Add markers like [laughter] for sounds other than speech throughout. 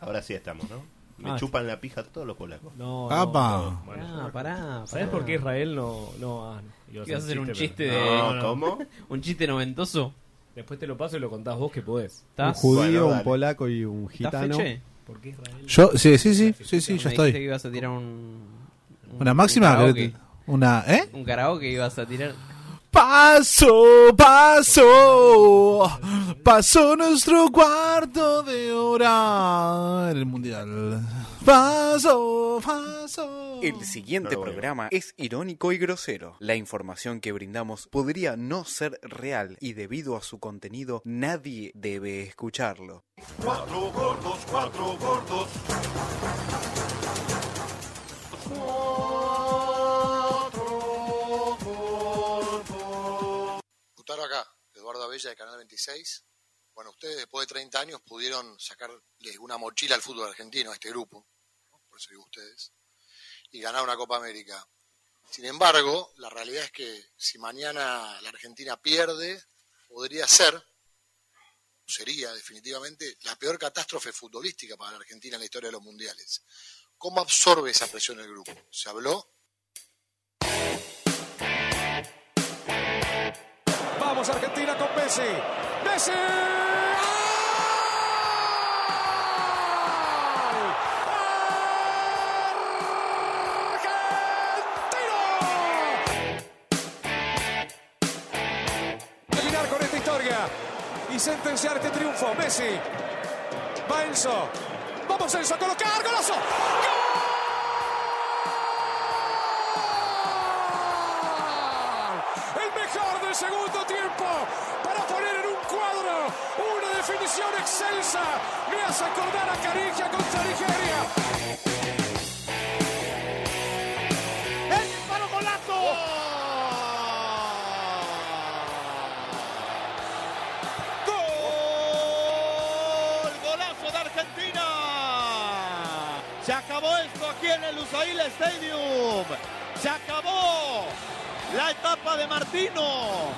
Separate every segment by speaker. Speaker 1: así estamos, ¿no? Me
Speaker 2: Ah,
Speaker 1: chupan la pija todos los polacos.
Speaker 2: No, no,
Speaker 3: ¡Apa!
Speaker 2: no.
Speaker 1: Bueno,
Speaker 2: Pará,
Speaker 1: yo
Speaker 4: Ah.
Speaker 1: no-
Speaker 2: pará. ¿Sabés por qué Israel no.? no ah, iba
Speaker 4: Ibas a hacer un chiste
Speaker 2: pero-
Speaker 4: de-
Speaker 2: No,
Speaker 1: No,
Speaker 2: no.
Speaker 1: ¿cómo?
Speaker 4: [laughs] Un chiste noventoso.
Speaker 2: Después te lo paso y lo contás vos que podés.
Speaker 3: Un
Speaker 4: ¿Estás?
Speaker 3: ju-
Speaker 4: ¿Estás
Speaker 3: Bueno,
Speaker 5: judío, un
Speaker 1: dale.
Speaker 5: polaco y un gitano.
Speaker 4: feche?
Speaker 2: ¿Por qué Israel?
Speaker 3: Yo, sí, sí, sí, sí, sí, yo
Speaker 4: Me dijiste que
Speaker 3: estoy.
Speaker 4: ibas a tirar un... un-
Speaker 3: Una máxima,
Speaker 4: Un karaoke,
Speaker 3: una, ¿eh?
Speaker 4: Un karaoke ibas a tirar. [laughs]
Speaker 3: Pasó, pasó, pasó nuestro cuarto de hora en el mundial. Pasó, pasó.
Speaker 6: El siguiente
Speaker 1: No lo veo.
Speaker 6: programa es irónico y grosero. La información que brindamos podría no ser real y debido a su contenido nadie debe escucharlo.
Speaker 7: Putaro acá, Eduardo Abella de Canal 26. Bueno, ustedes después de 30 años pudieron sacarle una mochila al fútbol argentino a este grupo, ¿no? por eso digo ustedes, y ganar una Copa América. Sin embargo, la realidad es que si mañana la Argentina pierde, podría ser, sería definitivamente, la peor catástrofe futbolística para la Argentina en la historia de los mundiales. ¿Cómo absorbe esa presión el grupo? ¿Se habló?
Speaker 8: Vamos Argentina con Messi. Messi. ¡Argentino! Terminar con esta historia y sentenciar este triunfo. Messi. Va Enzo. Vamos Enzo a colocar. ¡Golazo! el mejor del segundo tiempo para poner en un cuadro una definición excelsa. Me hace acordar a Carigia contra Nigeria. ¡El disparo golazo!
Speaker 9: ¡Gol! ¡Golazo de Argentina! Se acabó esto aquí en el Lusail Stadium. Se acabó la etapa de Martino.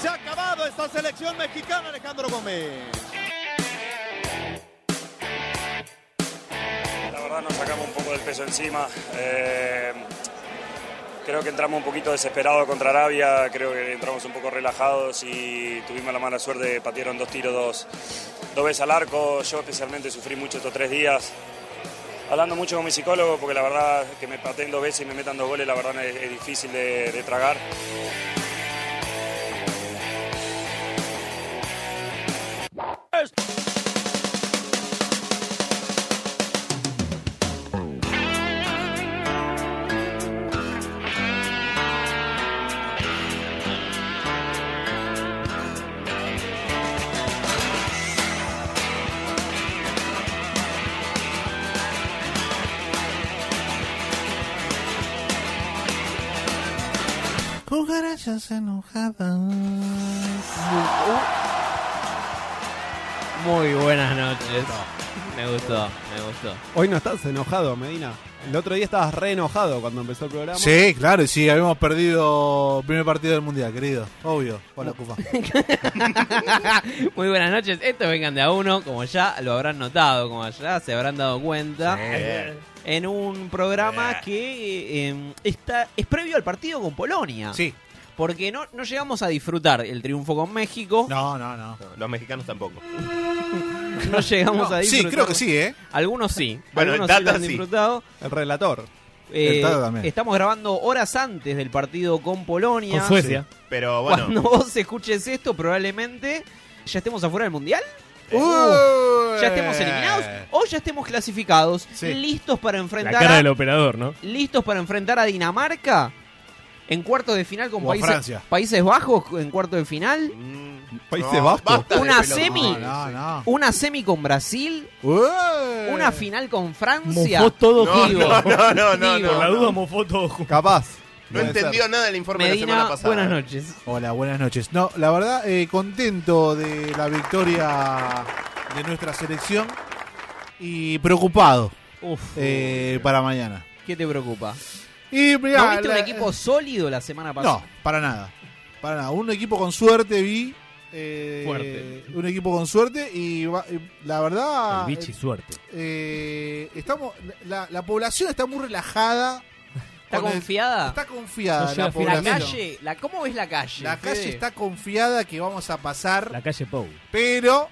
Speaker 9: Se ha acabado esta selección mexicana, Alejandro Gómez.
Speaker 10: La verdad nos sacamos un poco del peso encima. Eh, creo que entramos un poquito desesperados contra Arabia, creo que entramos un poco relajados y tuvimos la mala suerte, patearon dos tiros, dos, dos veces al arco. Yo especialmente sufrí mucho estos tres días. Hablando mucho con mi psicólogo, porque la verdad que me pateen dos veces y me metan dos goles, la verdad es, es difícil de- de tragar.
Speaker 3: Cucarachas enojadas.
Speaker 4: Muy buenas noches. Me gustó, me gustó.
Speaker 5: Hoy no estás enojado, Medina. El otro día estabas re enojado cuando empezó el programa.
Speaker 3: Sí, claro, y sí, habíamos perdido el primer partido del mundial, querido. Obvio, con la Copa.
Speaker 4: Muy buenas noches. Esto vengan de a uno, como ya lo habrán notado, como ya se habrán dado cuenta.
Speaker 1: Bien.
Speaker 4: En un programa que eh, está, es previo al partido con Polonia.
Speaker 3: Sí,
Speaker 4: Porque no, no llegamos a disfrutar el triunfo con México. No,
Speaker 3: no, no, no.
Speaker 1: Los mexicanos
Speaker 4: [laughs]
Speaker 1: tampoco.
Speaker 4: llegamos a
Speaker 3: Sí,
Speaker 4: disfrutar.
Speaker 3: creo que sí, ¿eh?
Speaker 4: Algunos sí.
Speaker 1: Bueno,
Speaker 4: algunos
Speaker 1: el
Speaker 4: sí lo
Speaker 1: Tata
Speaker 4: han
Speaker 1: sí.
Speaker 4: disfrutado.
Speaker 5: El relator.
Speaker 4: Eh,
Speaker 3: Tata también.
Speaker 4: estamos grabando horas antes del partido con Polonia.
Speaker 2: Con Suecia.
Speaker 1: Pero bueno,
Speaker 4: Cuando vos escuches esto, probablemente ya estemos afuera del mundial.
Speaker 3: Uh,
Speaker 4: Ya estemos eliminados o ya estemos clasificados,
Speaker 3: Sí.
Speaker 4: listos para
Speaker 2: La
Speaker 4: enfrentar
Speaker 2: cara
Speaker 4: a,
Speaker 2: del operador, ¿no?
Speaker 4: listos para enfrentar a Dinamarca en cuartos de final con
Speaker 3: O a
Speaker 4: países,
Speaker 3: Francia.
Speaker 4: países Bajos en cuartos de final,
Speaker 1: mm,
Speaker 5: Países Vascos.
Speaker 1: basta de
Speaker 4: Una
Speaker 1: pelotudo.
Speaker 4: semi.
Speaker 3: No, no, no.
Speaker 4: una semi con Brasil,
Speaker 3: Uh.
Speaker 4: una final con Francia.
Speaker 2: Mofó todo
Speaker 1: No,
Speaker 2: junto.
Speaker 4: Digo,
Speaker 1: no, no, no, no,
Speaker 4: digo,
Speaker 1: no,
Speaker 2: Por la duda
Speaker 1: no.
Speaker 2: mofó todo junto.
Speaker 5: Capaz.
Speaker 1: No
Speaker 5: Puede ser.
Speaker 1: entendió nada el informe de la
Speaker 4: Medina,
Speaker 1: semana pasada.
Speaker 4: buenas noches.
Speaker 3: Hola, buenas noches. No, la verdad, eh, contento de la victoria de nuestra selección y preocupado
Speaker 4: Uf,
Speaker 3: eh, para mañana.
Speaker 4: ¿qué te preocupa?
Speaker 3: [laughs] Y mirá,
Speaker 4: ¿No viste
Speaker 3: la-
Speaker 4: un equipo sólido la semana pasada?
Speaker 3: No, para nada. Para nada. Un equipo con suerte vi eh,
Speaker 11: Fuerte.
Speaker 3: un equipo con suerte y va- y la
Speaker 4: Ah,
Speaker 3: verdad
Speaker 2: El bichi suerte.
Speaker 3: eh, estamos la, la población está muy relajada
Speaker 4: ¿Está
Speaker 3: con el-
Speaker 4: confiada?
Speaker 3: está confiada
Speaker 2: No llega
Speaker 3: la
Speaker 2: a fin de
Speaker 4: La
Speaker 3: población
Speaker 4: calle, la, ¿cómo ves la calle?
Speaker 3: la
Speaker 4: Fede?
Speaker 3: calle está confiada que vamos a pasar
Speaker 2: La calle Pou.
Speaker 3: pero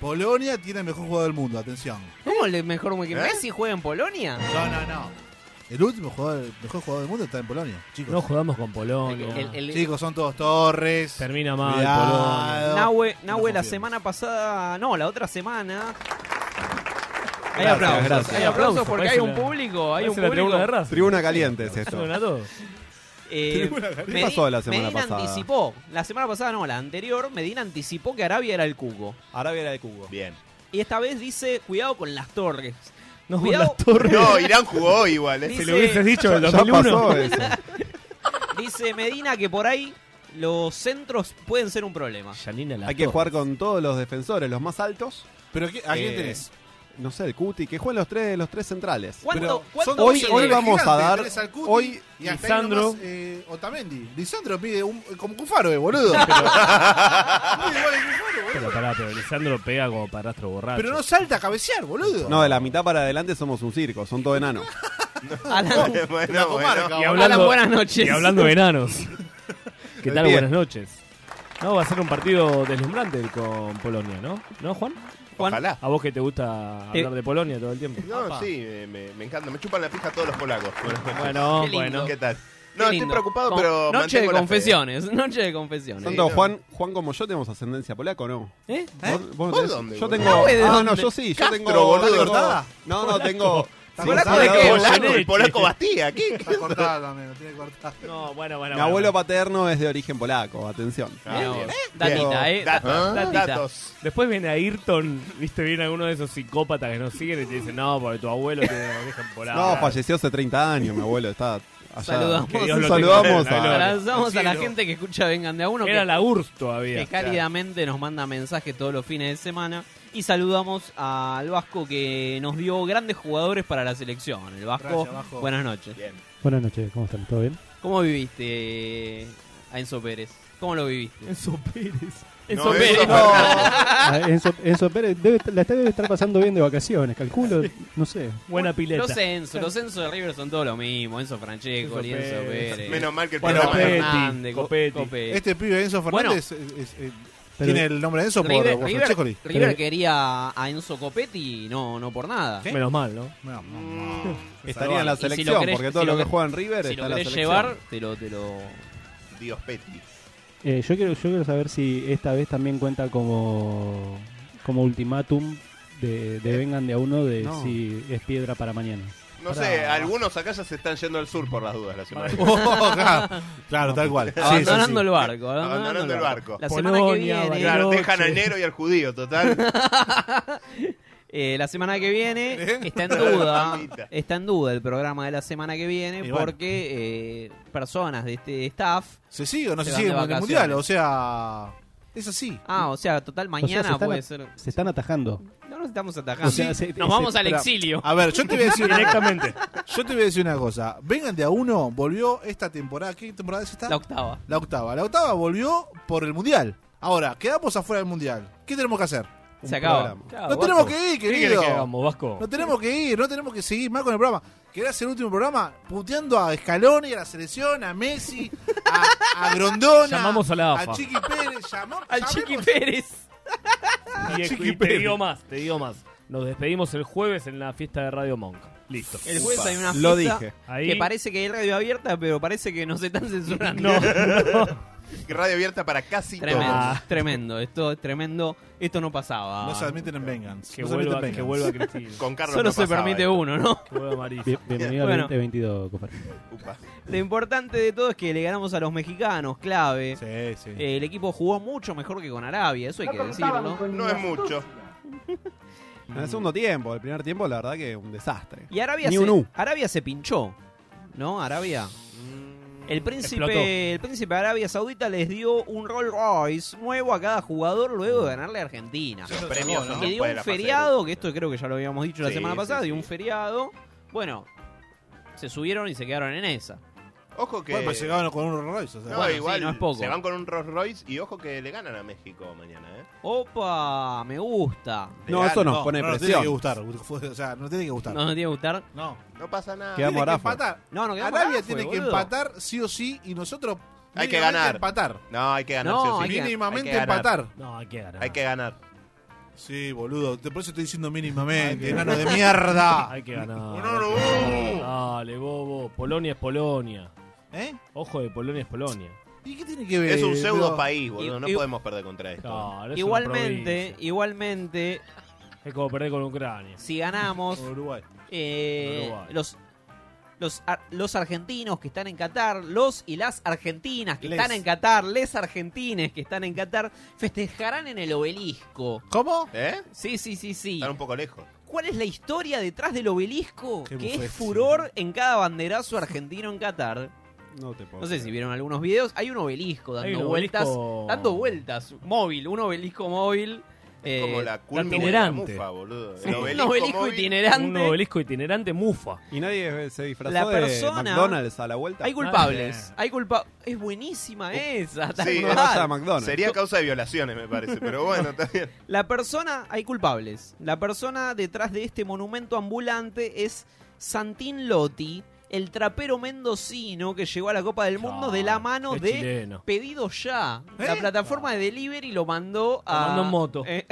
Speaker 3: Polonia tiene el mejor jugador del mundo atención
Speaker 4: ¿Cómo el mejor que
Speaker 3: ¿Eh?
Speaker 4: Messi juega en Polonia?
Speaker 3: no no no el último jugador el mejor jugador del mundo está en Polonia chicos
Speaker 2: No jugamos con Polonia.
Speaker 4: El- el-
Speaker 3: chicos son todos Torres
Speaker 2: Termina mal
Speaker 3: cuidado.
Speaker 4: Nahue, Nahue la
Speaker 3: confío.
Speaker 4: semana pasada, no, la otra semana. Hay
Speaker 5: Gracias,
Speaker 4: aplausos,
Speaker 5: gracias.
Speaker 4: hay aplausos
Speaker 2: Aplausos,
Speaker 4: porque hay
Speaker 2: parece
Speaker 4: un
Speaker 2: la-
Speaker 4: público, hay un
Speaker 2: Parece la tribuna de
Speaker 4: público.
Speaker 2: raza.
Speaker 5: Tribuna caliente es esto.
Speaker 2: Suena todo.
Speaker 4: Eh, Medi-
Speaker 5: pasó la semana
Speaker 4: Medina
Speaker 5: pasada?
Speaker 4: anticipó, la semana pasada no, la anterior, Medina anticipó que Arabia era el cubo.
Speaker 5: Arabia era de Cubo.
Speaker 1: Bien.
Speaker 4: Y esta vez dice, cuidado con las torres.
Speaker 2: No,
Speaker 4: Cuidado.
Speaker 2: las torres.
Speaker 1: No, Irán jugó hoy igual, ¿eh?
Speaker 2: Si
Speaker 4: Dice-
Speaker 2: lo hubieses dicho en
Speaker 5: Ya
Speaker 2: el
Speaker 5: pasó
Speaker 2: 2001.
Speaker 5: eso.
Speaker 4: [laughs] Dice Medina que por ahí los centros pueden ser un problema.
Speaker 2: Yanina, las
Speaker 5: Hay que
Speaker 2: torres.
Speaker 5: jugar con todos los defensores, los más altos.
Speaker 3: pero ¿qué- a quién
Speaker 5: Eh,
Speaker 3: tenés
Speaker 5: No sé, el Cuti, que juegan los tres, los tres centrales.
Speaker 4: ¿Cuánto,
Speaker 3: Pero
Speaker 4: cuánto
Speaker 5: hoy-
Speaker 4: mide?
Speaker 5: hoy vamos a
Speaker 3: Gigante,
Speaker 5: dar-
Speaker 3: tenés al Cuti
Speaker 5: hoy
Speaker 3: y hasta ahí
Speaker 2: Lisandro.
Speaker 3: nomás, eh, Otamendi. Lisandro pide un, como Cufaro, eh, boludo. Pide [laughs]
Speaker 2: Ah,
Speaker 3: igual que Cufaro, boludo.
Speaker 2: Pero pará, pero Lisandro pega como parastro borracho.
Speaker 3: Pero no salta a cabecear, boludo. [laughs]
Speaker 5: No, de la mitad para adelante somos un circo, son todo enanos.
Speaker 4: Alan,
Speaker 1: Bueno, bueno.
Speaker 2: y
Speaker 4: Alan,
Speaker 2: hablando,
Speaker 4: buenas
Speaker 2: y
Speaker 4: noches.
Speaker 2: hablando de enanos.
Speaker 4: [laughs]
Speaker 2: ¿Qué tal?
Speaker 5: Bien.
Speaker 2: Buenas noches. No, va a ser un partido deslumbrante el con Polonia, ¿no? ¿No, Juan?
Speaker 1: Ojalá.
Speaker 2: A vos que te gusta
Speaker 4: Te-
Speaker 2: hablar de Polonia todo el tiempo.
Speaker 1: No, sí, eh, me, me encanta. Me chupan la pija todos los polacos. Buenas noches.
Speaker 2: Bueno,
Speaker 4: Qué lindo.
Speaker 2: bueno.
Speaker 1: ¿Qué tal?
Speaker 4: Qué
Speaker 1: No, estoy
Speaker 4: lindo.
Speaker 1: preocupado,
Speaker 4: Con-
Speaker 1: pero.
Speaker 4: Noche de
Speaker 1: mantengo la fe.
Speaker 4: confesiones, [laughs] noche de confesiones.
Speaker 5: Son
Speaker 1: Sí,
Speaker 5: todos
Speaker 1: no.
Speaker 5: Juan, Juan como yo tenemos ascendencia polaca o no?
Speaker 4: ¿Eh?
Speaker 5: ¿Vos, vos no
Speaker 1: ¿Vos
Speaker 5: tenés-
Speaker 1: dónde,
Speaker 5: Yo
Speaker 1: boludo?
Speaker 5: tengo.
Speaker 4: Nahue, ¿de
Speaker 5: ah,
Speaker 4: dónde?
Speaker 5: no, yo sí, yo
Speaker 1: Castro,
Speaker 5: tengo.
Speaker 1: boludo,
Speaker 5: tengo-
Speaker 1: ¿verdad?
Speaker 5: No, no, [laughs] tengo.
Speaker 4: ¿Polaco
Speaker 5: sí,
Speaker 4: de
Speaker 5: sí,
Speaker 4: qué?
Speaker 5: sí.
Speaker 1: Polaco, el polaco Bastía. ¿Qué?
Speaker 3: Está cortada también, lo tiene cortada.
Speaker 2: No, bueno, bueno.
Speaker 5: Mi abuelo paterno es de origen polaco, atención.
Speaker 1: Ah,
Speaker 4: Mirá
Speaker 1: bien.
Speaker 4: vos.
Speaker 1: Bien.
Speaker 4: Datita, eh.
Speaker 1: Datos,
Speaker 2: Ah.
Speaker 5: ¿Ah?
Speaker 4: Datita.
Speaker 1: datos.
Speaker 2: Después viene Ayrton, viste, viene alguno de esos psicópatas que nos siguen y te dicen, no, porque tu abuelo te lo dejan por
Speaker 5: No, falleció hace 30 años, mi abuelo está allá.
Speaker 4: Saludamos. Que
Speaker 3: [laughs]
Speaker 2: Dios lo
Speaker 5: Saludamos
Speaker 2: tenga en la
Speaker 5: a.
Speaker 2: gloria.
Speaker 4: Abrazamos a la
Speaker 3: Cielo.
Speaker 4: gente que escucha Vengan de a uno.
Speaker 2: Era
Speaker 4: que-
Speaker 2: la URSS
Speaker 4: que
Speaker 2: todavía.
Speaker 4: cálidamente nos manda mensajes todos los fines de semana. Y saludamos al Vasco que nos dio grandes jugadores para la selección. El Vasco,
Speaker 3: Gracias, Vasco.
Speaker 4: buenas noches.
Speaker 1: Bien.
Speaker 11: Buenas noches, ¿cómo están? ¿Todo bien?
Speaker 4: ¿Cómo viviste eh, a Enzo Pérez? ¿Cómo lo viviste?
Speaker 2: Enzo Pérez.
Speaker 1: No,
Speaker 4: Enzo Pérez.
Speaker 1: eso-
Speaker 11: Ah, Enzo, Enzo Pérez debe, estar- la está- debe estar pasando bien de vacaciones, calculo, no sé.
Speaker 2: Buena pileta.
Speaker 4: Los Enzo, los Enzo de River son todos lo mismo. Enzo Francesco,
Speaker 2: Enzo
Speaker 4: y Enzo
Speaker 2: Pérez.
Speaker 4: Pérez.
Speaker 1: Menos mal que el
Speaker 2: Bueno,
Speaker 1: programa
Speaker 2: Copetti,
Speaker 1: es-
Speaker 4: Fernández, Co-
Speaker 2: Copetti.
Speaker 4: Copetti.
Speaker 3: Este pibe Enzo Fernández es- es- eh,
Speaker 11: Pero-
Speaker 3: tiene el nombre de Enzo por,
Speaker 4: River,
Speaker 3: por
Speaker 4: River-
Speaker 3: Francescoli.
Speaker 4: River
Speaker 11: Pero-
Speaker 4: quería a Enzo Copetti y no, no por nada. Mm.
Speaker 3: ¿Qué?
Speaker 2: Menos mal, ¿no?
Speaker 3: No, no, no.
Speaker 5: Estaría en la
Speaker 4: Y si lo
Speaker 5: selección,
Speaker 4: querés-
Speaker 5: porque
Speaker 4: si
Speaker 5: todo
Speaker 4: lo
Speaker 5: lo que
Speaker 4: querés-
Speaker 5: juega en River
Speaker 4: Si
Speaker 5: está
Speaker 4: lo
Speaker 5: en la
Speaker 4: querés
Speaker 5: selección.
Speaker 4: llevar, te lo, te lo...
Speaker 1: Dios Petty.
Speaker 11: Eh, yo, quiero, yo quiero saber si esta vez también cuenta como, como ultimátum de,
Speaker 4: Eh,
Speaker 11: de vengan de a uno de
Speaker 5: no.
Speaker 11: si es piedra para mañana.
Speaker 1: No sé, algunos acá ya se están yendo al sur por las dudas la semana que
Speaker 4: [laughs]
Speaker 1: viene.
Speaker 3: Oh, claro, claro, tal cual. Sí, sí,
Speaker 4: Abandonando
Speaker 3: sí.
Speaker 4: el barco.
Speaker 1: Abandonando el barco.
Speaker 4: La semana que
Speaker 2: Polonia,
Speaker 4: viene...
Speaker 1: Claro,
Speaker 2: Noche.
Speaker 1: dejan al negro y al judío, total.
Speaker 4: Eh, la semana que viene
Speaker 3: [laughs]
Speaker 4: [laughs]
Speaker 3: ¿Eh?
Speaker 4: está en duda,
Speaker 1: Mamita.
Speaker 4: está en duda el programa de la semana que
Speaker 3: Y
Speaker 4: viene
Speaker 3: bueno.
Speaker 4: porque eh, personas de este staff,
Speaker 3: ¿Se sigue o no
Speaker 4: Se
Speaker 3: se,
Speaker 4: van
Speaker 3: sigue
Speaker 4: de
Speaker 3: en el
Speaker 4: vacaciones.
Speaker 3: mundial? O sea, es así.
Speaker 4: ah, o sea, total
Speaker 11: O sea,
Speaker 4: mañana
Speaker 11: se están
Speaker 4: puede
Speaker 11: a-
Speaker 4: ser,
Speaker 11: Se están atajando.
Speaker 4: no nos estamos atajando,
Speaker 11: O sea, se-
Speaker 4: nos
Speaker 11: se-
Speaker 4: vamos al
Speaker 11: espera.
Speaker 4: exilio.
Speaker 3: A ver, yo te voy a decir
Speaker 4: [laughs]
Speaker 3: una-
Speaker 2: Directamente.
Speaker 3: Yo te voy a decir una cosa. Vengan de a uno, volvió esta temporada. ¿Qué temporada es esta?
Speaker 4: La octava.
Speaker 3: La octava. La octava volvió por el mundial. Ahora, quedamos afuera del mundial. ¿Qué tenemos que hacer?
Speaker 4: Se acaba.
Speaker 3: no tenemos que ir,
Speaker 2: ¿Qué querés
Speaker 3: querido.
Speaker 2: que hagamos, Vasco?
Speaker 3: no tenemos que ir, no tenemos que seguir más con el programa. ¿Querés hacer el último programa? Puteando a Scaloni, a la selección, a Messi, a, a Grondona.
Speaker 2: Llamamos a la AFA.
Speaker 3: Chiqui Pérez, llamamos.
Speaker 4: Al Chiqui
Speaker 3: llamemos-
Speaker 4: Pérez.
Speaker 2: [laughs] Y- eh, y
Speaker 3: Chiqui
Speaker 2: te
Speaker 3: Pérez.
Speaker 2: digo más, te digo más. Nos despedimos el jueves en la fiesta de Radio Monk. Listo.
Speaker 4: El jueves hay una
Speaker 5: Lo
Speaker 4: fiesta
Speaker 5: dije.
Speaker 2: Ahí-
Speaker 4: que parece que hay radio abierta, pero parece que nos están censurando.
Speaker 2: No, no.
Speaker 1: [laughs] Radio abierta para casi todos.
Speaker 4: Tremendo,
Speaker 2: Ah.
Speaker 4: tremendo, esto es tremendo, esto no pasaba.
Speaker 3: No se admiten en Vengans.
Speaker 2: Que
Speaker 3: no se admiten
Speaker 2: vuelva,
Speaker 3: en
Speaker 2: que
Speaker 3: Vengans.
Speaker 2: vuelva
Speaker 3: [laughs]
Speaker 2: Cristina.
Speaker 1: Con Carlos
Speaker 4: Solo
Speaker 1: no
Speaker 4: se
Speaker 1: pasaba
Speaker 4: permite
Speaker 1: esto.
Speaker 4: uno, ¿no?
Speaker 2: Que
Speaker 4: [laughs]
Speaker 2: vuelva Marisa.
Speaker 11: Bien- bienvenido
Speaker 4: Bueno.
Speaker 11: al 2022, compadre.
Speaker 1: Upa.
Speaker 4: Lo importante de todo es que le ganamos a los mexicanos, clave.
Speaker 3: Sí, sí.
Speaker 4: Eh, El equipo jugó mucho mejor que con Arabia, eso hay que decirlo.
Speaker 1: No es mucho.
Speaker 5: En el segundo tiempo, el primer tiempo, la verdad que un desastre.
Speaker 4: Y Arabia
Speaker 5: Ni
Speaker 4: se,
Speaker 5: un U.
Speaker 4: Arabia se pinchó, ¿no? Arabia.
Speaker 1: Mm,
Speaker 4: El
Speaker 2: Explotó.
Speaker 4: príncipe, el príncipe de Arabia Saudita les dio un Rolls Royce nuevo a cada jugador luego de ganarle a Argentina.
Speaker 1: Los premios son
Speaker 4: Que dio
Speaker 1: después de
Speaker 4: un
Speaker 1: la fase de
Speaker 4: feriado,
Speaker 1: grupos.
Speaker 4: que esto creo que ya lo habíamos dicho la
Speaker 1: Sí,
Speaker 4: semana
Speaker 1: sí,
Speaker 4: pasada, dio
Speaker 1: sí.
Speaker 4: un feriado. Bueno, se subieron y se quedaron en esa.
Speaker 1: Ojo que.
Speaker 3: Bueno, pues llegaban con un Rolls Royce. O sea,
Speaker 1: No,
Speaker 3: bueno,
Speaker 1: igual
Speaker 3: sí,
Speaker 1: se van con un Rolls Royce y ojo que le ganan a México mañana, ¿eh?
Speaker 4: Opa, me gusta.
Speaker 1: Le ganan.
Speaker 3: no nos tiene que gustar. [laughs] O sea, no tiene que gustar.
Speaker 4: No, no tiene que gustar.
Speaker 3: No.
Speaker 1: No pasa nada.
Speaker 3: Tiene que empatar.
Speaker 4: No, no quedamos
Speaker 3: Arabia
Speaker 4: abajo,
Speaker 3: tiene que
Speaker 4: boludo.
Speaker 3: empatar sí o sí y nosotros
Speaker 1: Hay que
Speaker 3: mínimamente
Speaker 1: ganar.
Speaker 3: empatar.
Speaker 1: No, hay que ganar.
Speaker 3: No,
Speaker 1: sí o sí.
Speaker 3: hay que- Mínimamente hay que ganar. empatar.
Speaker 11: No, hay que ganar.
Speaker 1: Hay que ganar.
Speaker 3: Sí, boludo, te- por eso estoy diciendo mínimamente, enano de mierda.
Speaker 2: Hay que ganar.
Speaker 3: Enano,
Speaker 2: hay que
Speaker 3: bobo.
Speaker 2: ganar. Dale, bobo. Polonia es Polonia.
Speaker 3: ¿Eh?
Speaker 2: Ojo de Polonia es Polonia.
Speaker 3: ¿Y qué tiene
Speaker 2: que ver,
Speaker 1: Es un pseudo
Speaker 2: bro?
Speaker 1: país, boludo.
Speaker 2: Y-
Speaker 1: No
Speaker 2: y-
Speaker 1: podemos perder contra esto.
Speaker 2: Claro, es una
Speaker 4: Igualmente, igualmente,
Speaker 2: Es como perder con Ucrania.
Speaker 4: si ganamos, eh,
Speaker 2: Uruguay.
Speaker 4: los los ar- los argentinos que están en Qatar, los y las argentinas que
Speaker 3: Les.
Speaker 4: están en Qatar, les argentines que están en Qatar, festejarán en el obelisco.
Speaker 3: ¿Cómo?
Speaker 1: ¿Eh?
Speaker 4: Sí, sí, sí, sí.
Speaker 1: Están un poco lejos.
Speaker 4: ¿Cuál es la historia detrás del obelisco?
Speaker 3: Qué
Speaker 4: Que
Speaker 3: bufete.
Speaker 4: es furor en cada banderazo argentino en Qatar.
Speaker 5: No te puedo.
Speaker 4: No sé si vieron algunos videos. Hay un obelisco dando
Speaker 2: Hay un
Speaker 4: vueltas.
Speaker 2: obelisco-
Speaker 4: Dando vueltas. Móvil, un obelisco móvil. eh,
Speaker 1: Como la culpa
Speaker 4: dando-
Speaker 2: itinerante.
Speaker 1: mufa, boludo.
Speaker 4: Sí. Un obelisco
Speaker 1: móvil.
Speaker 4: itinerante.
Speaker 2: Un obelisco itinerante mufa.
Speaker 5: Y nadie se disfrazó
Speaker 4: La
Speaker 5: de
Speaker 4: persona-
Speaker 5: McDonald's a la vuelta.
Speaker 2: Ah,
Speaker 4: Hay culpables. Hay culpa. Es buenísima esa. tal
Speaker 1: Sí,
Speaker 4: cual.
Speaker 1: pasa
Speaker 5: a McDonald's.
Speaker 1: Sería causa de violaciones, me
Speaker 4: [laughs]
Speaker 1: parece. Pero bueno, está bien.
Speaker 4: La persona, hay culpables. La persona detrás de este monumento ambulante es Santín Lotti, el trapero mendocino que llegó a la Copa del Mundo de la mano
Speaker 2: Ah, es
Speaker 4: de
Speaker 2: chileno.
Speaker 4: Pedido Ya. La plataforma de delivery lo mandó a.
Speaker 2: Tomando en moto.
Speaker 4: Eh,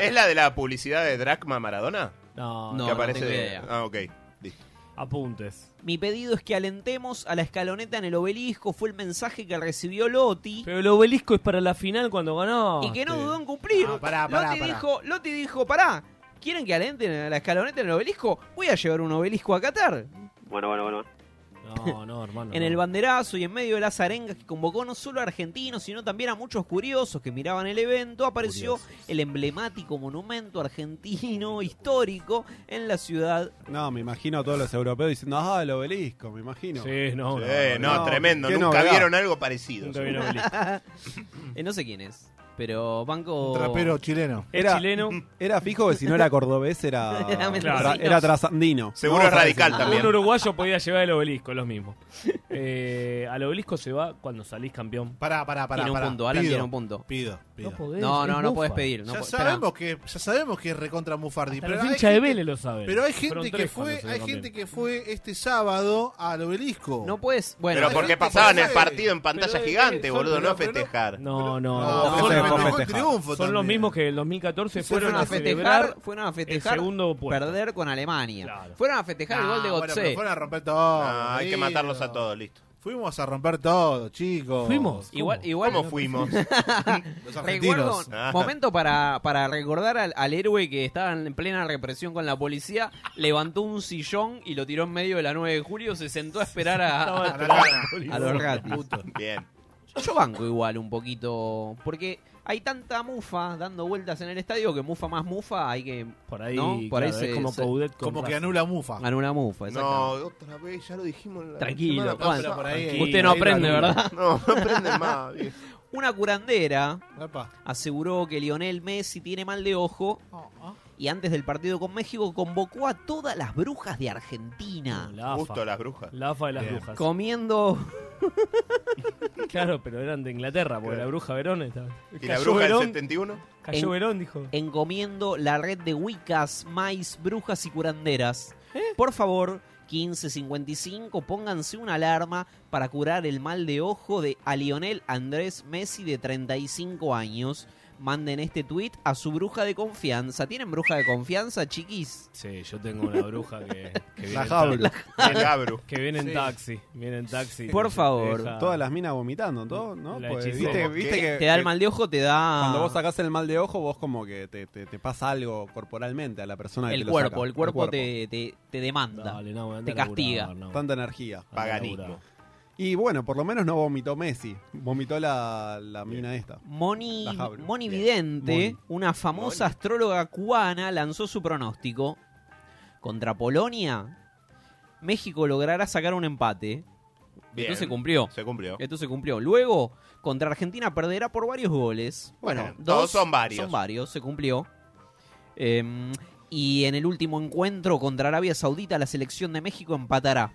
Speaker 1: ¿Es la de la publicidad de Dracma Maradona?
Speaker 2: No,
Speaker 4: No,
Speaker 1: que
Speaker 4: no
Speaker 1: aparece.
Speaker 4: tengo
Speaker 1: de-
Speaker 4: idea.
Speaker 1: Ah, ok. Listo.
Speaker 2: apuntes.
Speaker 4: Mi pedido es que alentemos a la escaloneta en el obelisco, fue el mensaje que recibió Lotti.
Speaker 2: Pero el obelisco es para la final cuando ganó.
Speaker 4: Y que no dudó en cumplir.
Speaker 3: Ah, pará, pará,
Speaker 4: Lotti,
Speaker 3: pará.
Speaker 4: Dijo, Lotti dijo, pará, ¿quieren que alenten a la escaloneta en el obelisco? Voy a llevar un obelisco a Qatar.
Speaker 12: Bueno, bueno, bueno.
Speaker 2: No, no, hermano.
Speaker 4: en
Speaker 2: no.
Speaker 4: el banderazo y en medio de las arengas que convocó no solo a argentinos, sino también a muchos curiosos que miraban el evento, apareció el emblemático monumento argentino [laughs] histórico en la ciudad.
Speaker 5: No, me imagino a todos los europeos diciendo, ah, el obelisco, me imagino.
Speaker 2: Sí, no. no,
Speaker 1: Eh, no,
Speaker 5: no,
Speaker 1: tremendo.
Speaker 5: qué
Speaker 1: Nunca
Speaker 5: novedad.
Speaker 1: vieron algo parecido.
Speaker 2: Nunca vino
Speaker 3: [laughs]
Speaker 2: obelisco.
Speaker 4: [laughs] Eh, no sé quién es, pero Banco...
Speaker 3: Trapero chileno.
Speaker 2: Es
Speaker 5: Era-
Speaker 2: chileno.
Speaker 5: [laughs] Era fijo que si no era cordobés era,
Speaker 4: [laughs] Era mendocino.
Speaker 5: tra- era trasandino.
Speaker 1: Seguro
Speaker 5: No,
Speaker 1: es radical
Speaker 5: trasandino.
Speaker 1: también.
Speaker 2: Un uruguayo podía llevar el obelisco, los mismos. Eh, al obelisco se va cuando salís campeón.
Speaker 3: Pará, pará, pará.
Speaker 4: Tiene un
Speaker 3: pará.
Speaker 4: punto, Alan
Speaker 3: Pido,
Speaker 4: tiene un punto.
Speaker 3: Pido, pido.
Speaker 2: podés,
Speaker 4: No,
Speaker 2: es
Speaker 4: no, no
Speaker 2: mufa.
Speaker 4: puedes pedir. No
Speaker 3: ya,
Speaker 4: po- esperá.
Speaker 3: sabemos que, ya sabemos que es recontra Mufardi.
Speaker 2: Hasta
Speaker 3: pero
Speaker 2: los
Speaker 3: hay
Speaker 2: hinchas de
Speaker 3: gente-
Speaker 2: Vélez lo saben.
Speaker 3: Pero hay
Speaker 2: Fueron
Speaker 3: gente que
Speaker 2: tres cuando
Speaker 3: fue,
Speaker 2: se
Speaker 3: hay
Speaker 2: campeón.
Speaker 3: gente que fue este sábado al obelisco.
Speaker 4: No puedes... Bueno,
Speaker 1: pero
Speaker 3: la
Speaker 1: porque
Speaker 3: gente
Speaker 1: pasaban
Speaker 3: sabe.
Speaker 1: el partido en pantalla
Speaker 2: Pero, eh,
Speaker 1: gigante,
Speaker 2: son-
Speaker 1: boludo, no
Speaker 2: pero- pero no-
Speaker 1: festejar.
Speaker 2: No, no.
Speaker 3: No,
Speaker 2: son
Speaker 5: se
Speaker 3: pero
Speaker 5: fue
Speaker 3: festejó el
Speaker 5: festejar.
Speaker 3: triunfo
Speaker 2: son los
Speaker 3: también.
Speaker 2: mismos que en el 2014
Speaker 3: Se
Speaker 2: fueron
Speaker 4: fueron
Speaker 2: a
Speaker 4: a
Speaker 2: celebrar.
Speaker 4: festejar, fueron a festejar
Speaker 2: segundo puesto.
Speaker 4: perder con Alemania.
Speaker 2: Claro.
Speaker 4: Fueron a festejar el gol de
Speaker 3: Ah, bueno,
Speaker 4: Gotze.
Speaker 3: pero fueron a romper todo.
Speaker 1: Ah, hay que
Speaker 3: querido.
Speaker 1: matarlos a todos, listo.
Speaker 3: Fuimos a romper todo, chicos.
Speaker 2: Fuimos.
Speaker 4: Igual, igual
Speaker 1: ¿Cómo fuimos?
Speaker 4: [laughs]
Speaker 3: Los
Speaker 4: Recuerdo,
Speaker 3: argentinos.
Speaker 1: Ah.
Speaker 4: momento para, para recordar al, al héroe que estaba en plena represión con la policía, levantó un sillón y lo tiró en medio de la 9 de julio, se sentó a esperar a, a- a los ratis.
Speaker 1: Bien.
Speaker 4: Yo banco igual un poquito, porque hay tanta mufa dando vueltas en el estadio que mufa más mufa hay que...
Speaker 2: Por ahí,
Speaker 4: ¿no? Por ahí
Speaker 2: claro,
Speaker 4: se,
Speaker 2: es como
Speaker 4: se-
Speaker 2: Coudet con
Speaker 3: Como que
Speaker 2: Racing.
Speaker 3: anula Mufa.
Speaker 4: anula mufa,
Speaker 1: No,
Speaker 4: exactamente.
Speaker 1: otra vez, ya lo dijimos. la
Speaker 4: Tranquilo,
Speaker 1: semana
Speaker 4: Juan.
Speaker 1: pasada.
Speaker 3: Por ahí.
Speaker 2: Tranquilo.
Speaker 4: Usted no
Speaker 2: ahí
Speaker 4: aprende,
Speaker 2: anula.
Speaker 4: ¿verdad?
Speaker 1: No, no prenden más. viejo.
Speaker 4: [laughs] Una curandera
Speaker 3: Epa.
Speaker 4: aseguró que Lionel Messi tiene mal de ojo
Speaker 3: Oh, oh.
Speaker 4: y antes del partido con México convocó a todas las brujas de Argentina.
Speaker 2: La AFA.
Speaker 1: Justo las brujas.
Speaker 2: La AFA de las
Speaker 3: Bien.
Speaker 2: brujas.
Speaker 4: Comiendo
Speaker 2: [laughs] Claro, pero eran de Inglaterra, porque
Speaker 1: Claro.
Speaker 2: la bruja Verón estaba.
Speaker 1: ¿Y la bruja del
Speaker 2: Verón,
Speaker 1: 71?
Speaker 2: Cayó
Speaker 4: En-
Speaker 2: Verón, dijo.
Speaker 4: encomiendo la red de Wiccas, Mais, Brujas y Curanderas.
Speaker 2: ¿Eh?
Speaker 4: Por favor, 1555, pónganse una alarma para curar el mal de ojo de a Lionel Andrés Messi de 35 años. Manden este tweet a su bruja de confianza. ¿Tienen bruja de confianza, chiquis?
Speaker 2: Sí, yo tengo una bruja que,
Speaker 4: [laughs]
Speaker 2: que viene,
Speaker 5: La
Speaker 2: en
Speaker 5: Jablo.
Speaker 1: El Gabru.
Speaker 2: ta- que viene en
Speaker 3: Sí.
Speaker 2: taxi. Viene en taxi.
Speaker 4: Por
Speaker 2: Te
Speaker 4: favor.
Speaker 2: deja-
Speaker 5: Todas las minas vomitando, todo, ¿no?
Speaker 2: La
Speaker 5: Pues,
Speaker 2: hechicera.
Speaker 5: viste,
Speaker 1: ¿Cómo
Speaker 5: viste
Speaker 1: que?
Speaker 5: que,
Speaker 4: Te da el
Speaker 5: que
Speaker 4: mal de ojo, te da
Speaker 5: cuando vos sacás el mal de ojo, vos como que te, te- te pasa algo corporalmente a la persona que
Speaker 4: el,
Speaker 5: te lo
Speaker 4: cuerpo,
Speaker 5: saca.
Speaker 4: el cuerpo, te, te- te demanda.
Speaker 2: Dale, no, anda
Speaker 4: Te
Speaker 2: a laburar,
Speaker 4: castiga.
Speaker 2: no.
Speaker 5: Tanta energía.
Speaker 2: Anda a
Speaker 1: Paganismo.
Speaker 2: laburar.
Speaker 5: Y bueno, por lo menos no vomitó Messi. Vomitó la, la mina esta.
Speaker 4: Moni,
Speaker 5: La Jabru.
Speaker 4: Moni
Speaker 5: Bien.
Speaker 4: Vidente,
Speaker 5: Moni.
Speaker 4: una famosa astróloga cubana, lanzó su pronóstico. Contra Polonia, México logrará sacar un empate.
Speaker 1: Bien.
Speaker 4: Esto se cumplió.
Speaker 1: Se cumplió.
Speaker 4: Esto se cumplió. Luego, contra Argentina perderá por varios goles. Bueno,
Speaker 1: Bueno,
Speaker 4: dos
Speaker 1: todos son varios.
Speaker 4: Son varios, se cumplió. Em, y en el último encuentro contra Arabia Saudita, la selección de México empatará.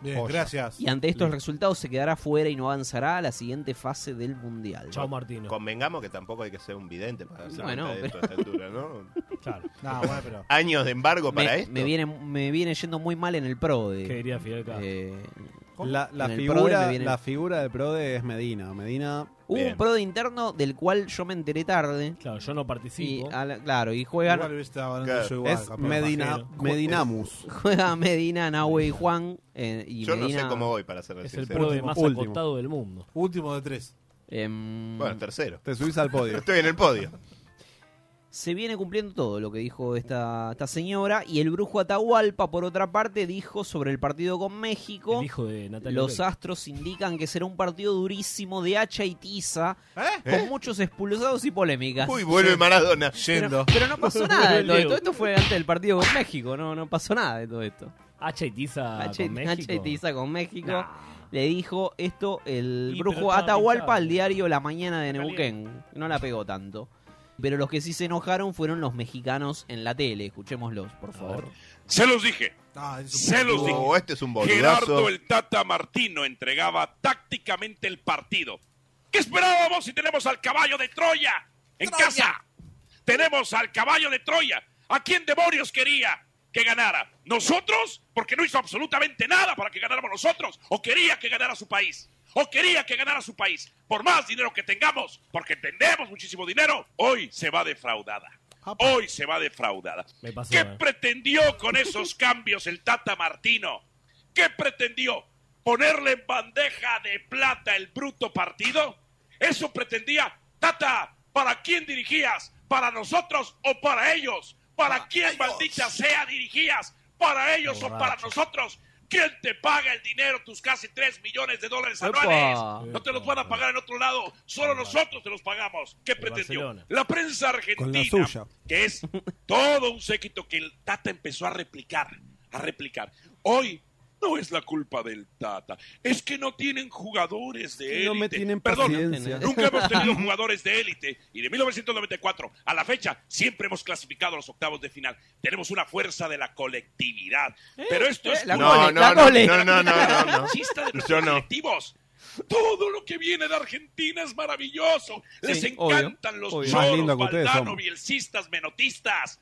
Speaker 3: Bien,
Speaker 4: Joya.
Speaker 3: gracias.
Speaker 4: Y ante estos
Speaker 3: Listo.
Speaker 4: resultados se quedará fuera y no avanzará a la siguiente fase del Mundial.
Speaker 2: Martino.
Speaker 1: Convengamos que tampoco hay que ser un vidente para darse
Speaker 4: Bueno,
Speaker 1: cuenta de esto a
Speaker 4: pero-
Speaker 1: esta altura, ¿no?
Speaker 2: Claro.
Speaker 3: No, bueno,
Speaker 1: [laughs]
Speaker 3: pero-
Speaker 1: Años de embargo para
Speaker 4: me,
Speaker 1: esto.
Speaker 4: me viene, me viene yendo muy mal en el pro de. eh,
Speaker 2: ¿Qué diría Fidel Castro?
Speaker 5: La, la
Speaker 4: En el Prode me
Speaker 5: figura,
Speaker 4: viene-
Speaker 5: la figura del PRODE es Medina. Medina.
Speaker 4: Hubo un pro de interno del cual yo me enteré tarde.
Speaker 2: Claro, yo no participo.
Speaker 4: claro, y juegan.
Speaker 3: Igual estaba hablando yo igual,
Speaker 5: es
Speaker 3: capaz.
Speaker 5: Medina,
Speaker 2: Imagino.
Speaker 5: Medinamus.
Speaker 4: [laughs] Juega Medina, Nahue y Juan. eh, y
Speaker 1: Yo no
Speaker 4: Medina-
Speaker 1: sé cómo voy, para ser
Speaker 2: Es
Speaker 1: sincero.
Speaker 2: el pro de
Speaker 5: Último,
Speaker 2: más
Speaker 5: último.
Speaker 2: acotado del mundo.
Speaker 3: Último de tres.
Speaker 4: Em,
Speaker 1: Bueno, tercero.
Speaker 5: Te subís al
Speaker 1: [laughs]
Speaker 5: podio.
Speaker 1: Estoy en el podio.
Speaker 4: se viene cumpliendo todo lo que dijo esta, esta señora. Y el brujo Atahualpa, por otra parte, dijo sobre el partido con México.
Speaker 2: El hijo de Natalia.
Speaker 4: Los
Speaker 2: Oreiro.
Speaker 4: astros indican que será un partido durísimo de hacha y tiza,
Speaker 3: ¿Eh?
Speaker 4: con muchos expulsados y polémicas.
Speaker 1: Uy, vuelve Maradona.
Speaker 3: Yendo.
Speaker 4: pero, pero
Speaker 2: [laughs]
Speaker 4: no pasó nada de todo
Speaker 2: Leo.
Speaker 4: esto. Esto fue antes del partido con México, no, no pasó nada de todo esto.
Speaker 2: Hacha y Tiza
Speaker 4: Hacha y-
Speaker 2: con México.
Speaker 4: hacha y tiza con México.
Speaker 2: Nah.
Speaker 4: Le dijo esto el
Speaker 2: Y, pero
Speaker 4: brujo
Speaker 2: estaba
Speaker 4: Atahualpa
Speaker 2: pinchado.
Speaker 4: al diario La Mañana de
Speaker 2: Caliente.
Speaker 4: Neuquén. No la pegó tanto. Pero los que sí se enojaron fueron los mexicanos en la tele. Escuchémoslos, por favor.
Speaker 13: Se los dije.
Speaker 3: Ah, es un
Speaker 13: Se los
Speaker 3: pelotudo.
Speaker 13: dije.
Speaker 1: Oh, este es un boludazo.
Speaker 13: Gerardo el Tata Martino entregaba tácticamente el partido. ¿Qué esperábamos si tenemos al caballo de Troya en casa? Tenemos al caballo de Troya. ¿A quién demonios quería que ganara? ¿Nosotros? Porque no hizo absolutamente nada para que ganáramos nosotros. ¿O quería que ganara su país? ¿O quería que ganara su país? Por más dinero que tengamos, porque tenemos muchísimo dinero, hoy se va defraudada. Hoy se va defraudada.
Speaker 2: Me pasó,
Speaker 13: ¿Qué
Speaker 2: eh.
Speaker 13: pretendió con esos cambios el Tata Martino? ¿Qué pretendió? ¿Ponerle en bandeja de plata el bruto partido? Eso pretendía Tata. ¿Para quién dirigías? ¿Para nosotros o para ellos? ¿Para quién, maldita sea, dirigías? ¿Para ellos o para nosotros? ¿Quién te paga el dinero, tus casi 3 millones de dólares
Speaker 4: Epa.
Speaker 13: anuales? No te los van a pagar en otro lado, solo nosotros te los pagamos. ¿Qué pretendió?
Speaker 2: Barcelona.
Speaker 13: La prensa argentina
Speaker 5: Con la
Speaker 13: Argentina,
Speaker 5: suya.
Speaker 13: que es todo un séquito que el Tata empezó a replicar, a replicar. Hoy no es la culpa del Tata, es que no tienen jugadores de élite.
Speaker 5: No me tienen
Speaker 13: Perdón,
Speaker 5: paciencia.
Speaker 13: nunca hemos
Speaker 5: [laughs]
Speaker 13: tenido jugadores de élite y de 1994 a la fecha siempre hemos clasificado a los octavos de final. Tenemos una fuerza de la colectividad,
Speaker 5: Eh,
Speaker 13: pero esto es
Speaker 4: la
Speaker 13: culpa
Speaker 1: No, no,
Speaker 4: La
Speaker 1: no,
Speaker 4: cole.
Speaker 1: no, no, no, no, no.
Speaker 13: machista de los
Speaker 1: Yo no.
Speaker 13: colectivos. Todo lo que viene de Argentina es maravilloso. Les
Speaker 4: Sí, obvio,
Speaker 13: encantan los
Speaker 4: obvio.
Speaker 5: Más
Speaker 13: choros,
Speaker 5: lindo que ustedes
Speaker 13: baldano,
Speaker 5: son.
Speaker 13: bielcistas, menotistas.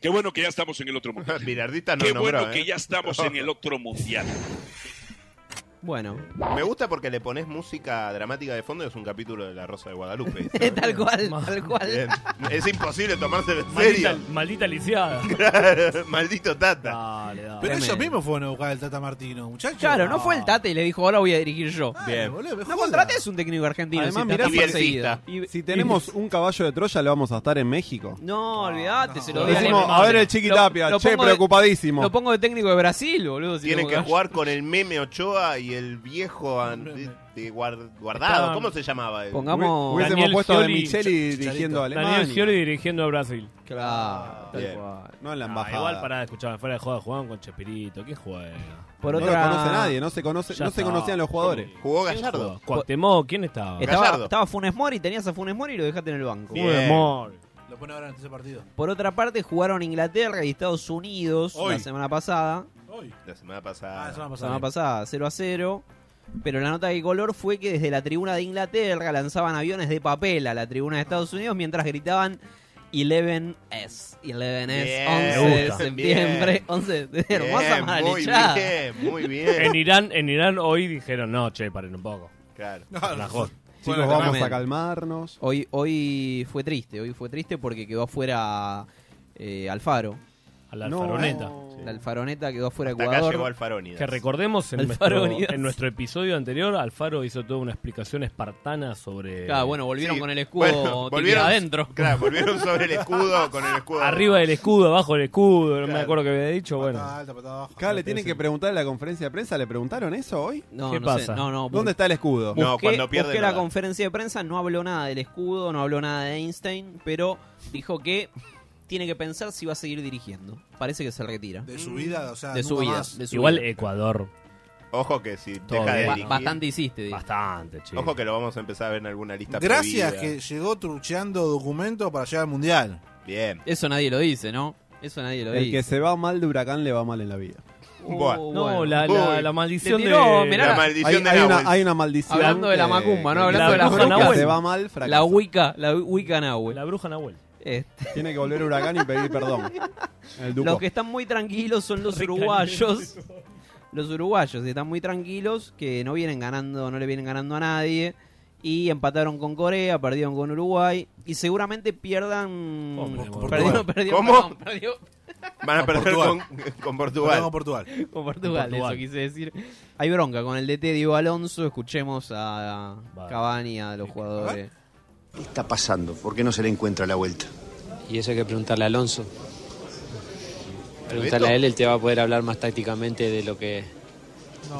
Speaker 13: Qué bueno que ya estamos en el
Speaker 5: [laughs]
Speaker 13: otro mundial.
Speaker 1: Mirardita no
Speaker 13: Qué
Speaker 1: nombró,
Speaker 13: bueno
Speaker 1: ¿eh?
Speaker 13: que ya estamos en el otro mundial.
Speaker 4: Bueno,
Speaker 1: Me gusta porque le pones música dramática de fondo y es un capítulo de La Rosa de Guadalupe.
Speaker 4: tal cual, tal
Speaker 1: Bien.
Speaker 4: cual.
Speaker 1: Es imposible tomárselo en
Speaker 2: Maldita,
Speaker 1: serio.
Speaker 2: maldita
Speaker 1: [laughs]
Speaker 2: lisiada.
Speaker 1: Maldito Tata.
Speaker 2: Dale, dale.
Speaker 3: Pero ellos
Speaker 4: Tremendo.
Speaker 3: mismos fueron a buscar al Tata Martino, muchachos.
Speaker 4: Claro, no fue el Tate y le dijo, ahora voy a dirigir yo.
Speaker 3: Bien. Boludo, me
Speaker 4: No
Speaker 3: joda.
Speaker 4: contrates un técnico argentino.
Speaker 5: Además,
Speaker 4: si
Speaker 5: mirá,
Speaker 4: estás
Speaker 1: y
Speaker 4: perseguido.
Speaker 1: bielcista.
Speaker 4: Y-
Speaker 5: Si tenemos un caballo de Troya, lo vamos a estar en México.
Speaker 4: [laughs] No, olvídate, se lo
Speaker 5: Lo
Speaker 4: doy
Speaker 5: Ah, decimos,
Speaker 4: Alemania.
Speaker 5: a ver el Chiquitapia,
Speaker 4: Lo- lo
Speaker 5: che,
Speaker 4: pongo de-
Speaker 5: preocupadísimo.
Speaker 4: Lo pongo de técnico de Brasil, boludo. si
Speaker 1: Tienen que
Speaker 4: tengo
Speaker 1: jugar con el meme Ochoa y el viejo an- de- de guar- guardado.
Speaker 2: Estaban-
Speaker 1: ¿Cómo se llamaba? él?
Speaker 4: Pongamos.
Speaker 5: Hubiésemos
Speaker 2: Daniel
Speaker 5: puesto a De
Speaker 2: Scioli-
Speaker 5: Micheli dirigiendo a
Speaker 2: Daniel
Speaker 5: Alemania.
Speaker 2: Scioli dirigiendo a Brasil.
Speaker 4: Claro, tal
Speaker 1: Bien.
Speaker 4: cual.
Speaker 5: No en la
Speaker 2: Ah,
Speaker 5: embajada.
Speaker 2: igual para escuchar fuera de joda jugaban con Chespirito. ¿Qué juega?
Speaker 4: Por
Speaker 5: no
Speaker 4: otra...
Speaker 5: lo conoce nadie, no se, conoce,
Speaker 2: Ya
Speaker 5: no se
Speaker 2: está.
Speaker 5: conocían los jugadores.
Speaker 1: Jugó
Speaker 2: ¿Quién
Speaker 1: Gallardo.
Speaker 2: jugó? Cuauhtémoc, ¿quién estaba?
Speaker 1: Era-
Speaker 4: Estaba,
Speaker 1: Gallardo.
Speaker 4: estaba Funes Mori, tenías a Funes Mori y lo dejaste en el banco.
Speaker 1: Bien.
Speaker 2: Funes Mori.
Speaker 3: Lo pone ahora en el tercer partido.
Speaker 4: Por otra parte, jugaron Inglaterra y Estados Unidos
Speaker 3: Hoy.
Speaker 4: la semana pasada.
Speaker 3: Hoy.
Speaker 1: La semana
Speaker 3: Ah,
Speaker 1: pasada.
Speaker 3: eso no
Speaker 4: La
Speaker 3: pasa
Speaker 4: semana
Speaker 3: nada.
Speaker 4: pasada, 0 a 0. Pero la nota de color fue que desde la tribuna de Inglaterra lanzaban aviones de papel a la tribuna de Estados Unidos mientras gritaban 11S. 11S,
Speaker 1: Bien,
Speaker 4: 11 de
Speaker 1: bien.
Speaker 4: septiembre. 11 de hermosa
Speaker 1: Bien, muy
Speaker 4: marechada.
Speaker 1: bien, muy
Speaker 2: En
Speaker 1: bien.
Speaker 2: Irán, en Irán hoy dijeron, no, che, paren un poco.
Speaker 1: Claro.
Speaker 3: [laughs] No, no.
Speaker 2: Rajón.
Speaker 5: Chicos,
Speaker 4: Bueno,
Speaker 5: vamos
Speaker 4: tremendo.
Speaker 5: a calmarnos.
Speaker 4: Hoy, hoy fue triste, hoy fue triste porque quedó afuera eh, Alfaro.
Speaker 2: A la
Speaker 5: No.
Speaker 2: alfaroneta.
Speaker 4: La alfaroneta quedó afuera
Speaker 1: Hasta acá
Speaker 4: Ecuador.
Speaker 1: llegó Alfaroni.
Speaker 2: Que recordemos, en
Speaker 4: Alfaro
Speaker 2: nuestro,
Speaker 4: Unidas.
Speaker 2: en nuestro episodio anterior, Alfaro hizo toda una explicación espartana sobre...
Speaker 4: Claro, bueno, volvieron
Speaker 1: Sí,
Speaker 4: con el escudo
Speaker 1: bueno,
Speaker 4: volvieron, adentro.
Speaker 1: [laughs] Claro, volvieron sobre el escudo, con el escudo.
Speaker 2: Arriba del escudo, abajo del escudo, no me
Speaker 1: Claro.
Speaker 2: acuerdo que había dicho,
Speaker 3: Patada
Speaker 2: bueno.
Speaker 3: alta, patada baja.
Speaker 5: Acá le tienen que preguntar en la conferencia de prensa, ¿le preguntaron eso hoy?
Speaker 4: No,
Speaker 2: ¿Qué
Speaker 4: no Sé,
Speaker 2: pasa?
Speaker 4: no, no,
Speaker 5: ¿Dónde está el escudo?
Speaker 1: No,
Speaker 4: busqué-
Speaker 1: cuando pierde
Speaker 4: busqué
Speaker 1: no
Speaker 4: la
Speaker 1: da.
Speaker 4: conferencia de prensa, no habló nada del escudo, no habló nada de Einstein, pero dijo que tiene que pensar si va a seguir dirigiendo. Parece que se retira.
Speaker 3: De su vida, o sea,
Speaker 4: De su
Speaker 3: nunca
Speaker 4: vida.
Speaker 3: más.
Speaker 4: de su
Speaker 2: Igual
Speaker 4: vida.
Speaker 2: Ecuador,
Speaker 1: Ojo que si
Speaker 2: Todo
Speaker 1: deja de
Speaker 2: bien.
Speaker 4: Ba-
Speaker 1: dirigir-
Speaker 4: bastante hiciste, digo.
Speaker 2: bastante, che.
Speaker 1: Ojo que lo vamos a empezar a ver en alguna lista
Speaker 3: Gracias
Speaker 1: prohibida.
Speaker 3: que llegó trucheando documentos para llegar al mundial.
Speaker 1: Bien.
Speaker 4: Eso nadie lo dice, ¿no? Eso nadie lo
Speaker 5: El que
Speaker 4: dice.
Speaker 5: se va mal de huracán le va mal en la vida.
Speaker 1: Un boa.
Speaker 4: No, Uh, bueno. la-
Speaker 1: Uy.
Speaker 4: la- la maldición Le tiró, de- mirá.
Speaker 1: La maldición
Speaker 4: Hay-
Speaker 1: de
Speaker 4: hay
Speaker 1: Nahuel.
Speaker 4: una- hay una maldición Hablando de la que- macumba, ¿no? que Hablando la de la bruja Nahuel. te va mal, fracasa. La Wicca, la Wicca Nahuel.
Speaker 2: La bruja Nahuel.
Speaker 5: Tiene que volver Huracán y pedir
Speaker 4: [laughs]
Speaker 5: perdón. El Duco.
Speaker 4: Los que están muy tranquilos son los
Speaker 2: Recaliente.
Speaker 4: uruguayos. Los uruguayos que están muy tranquilos, que no vienen ganando, no le vienen ganando a nadie. Y empataron con Corea, perdieron con Uruguay. Y seguramente pierdan.
Speaker 1: Hombre,
Speaker 4: perdieron-
Speaker 1: boludo.
Speaker 4: perdieron, perdieron,
Speaker 1: ¿Cómo?
Speaker 4: perdón, perdió-
Speaker 1: Van a perder Portugal. con- eh, con Portugal. Perdón, con Portugal.
Speaker 4: Con Portugal,
Speaker 1: Con Portugal.
Speaker 4: eso quise decir. Hay bronca con el DT Diego Alonso. Escuchemos a Cavani, a los jugadores.
Speaker 14: ¿Qué está pasando? ¿Por qué no se le encuentra la vuelta?
Speaker 15: Y eso hay que preguntarle a Alonso. Preguntarle a él, él te va a poder hablar más tácticamente de lo que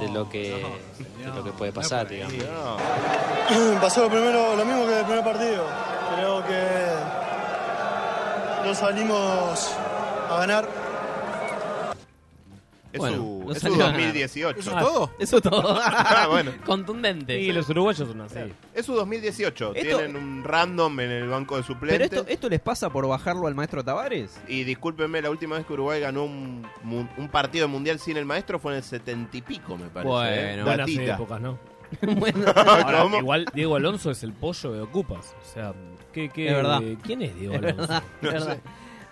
Speaker 15: de lo que de lo que puede pasar, digamos.
Speaker 16: [clears throat] Pasó lo, primero, lo mismo que el primer partido. Creo que no salimos a ganar.
Speaker 1: Es
Speaker 2: Bueno,
Speaker 1: su,
Speaker 2: no
Speaker 1: es su
Speaker 2: salió nada.
Speaker 1: 2018.
Speaker 2: ¿Eso es todo?
Speaker 4: Eso es todo.
Speaker 1: [laughs] ah, bueno.
Speaker 4: Contundente.
Speaker 2: Y los uruguayos son así.
Speaker 1: Es su 2018.
Speaker 4: Esto-
Speaker 1: Tienen un random en el banco de
Speaker 4: Pero
Speaker 1: suplentes.
Speaker 4: esto, esto les pasa por bajarlo al maestro Tavares.
Speaker 1: Y discúlpenme, la última vez que Uruguay ganó un, mu- un partido mundial sin el maestro fue en el setenta y pico, me parece. ¿eh?
Speaker 2: buenas
Speaker 1: Datita.
Speaker 2: épocas, ¿no?
Speaker 4: [laughs] Bueno.
Speaker 2: [laughs] Ahora,
Speaker 1: ¿Cómo?
Speaker 2: igual Diego Alonso es el pollo de Ocupas. O sea, ¿qué, qué,
Speaker 4: Es verdad.
Speaker 2: ¿quién es Diego
Speaker 4: Es
Speaker 2: Alonso?
Speaker 4: verdad, [laughs] es verdad.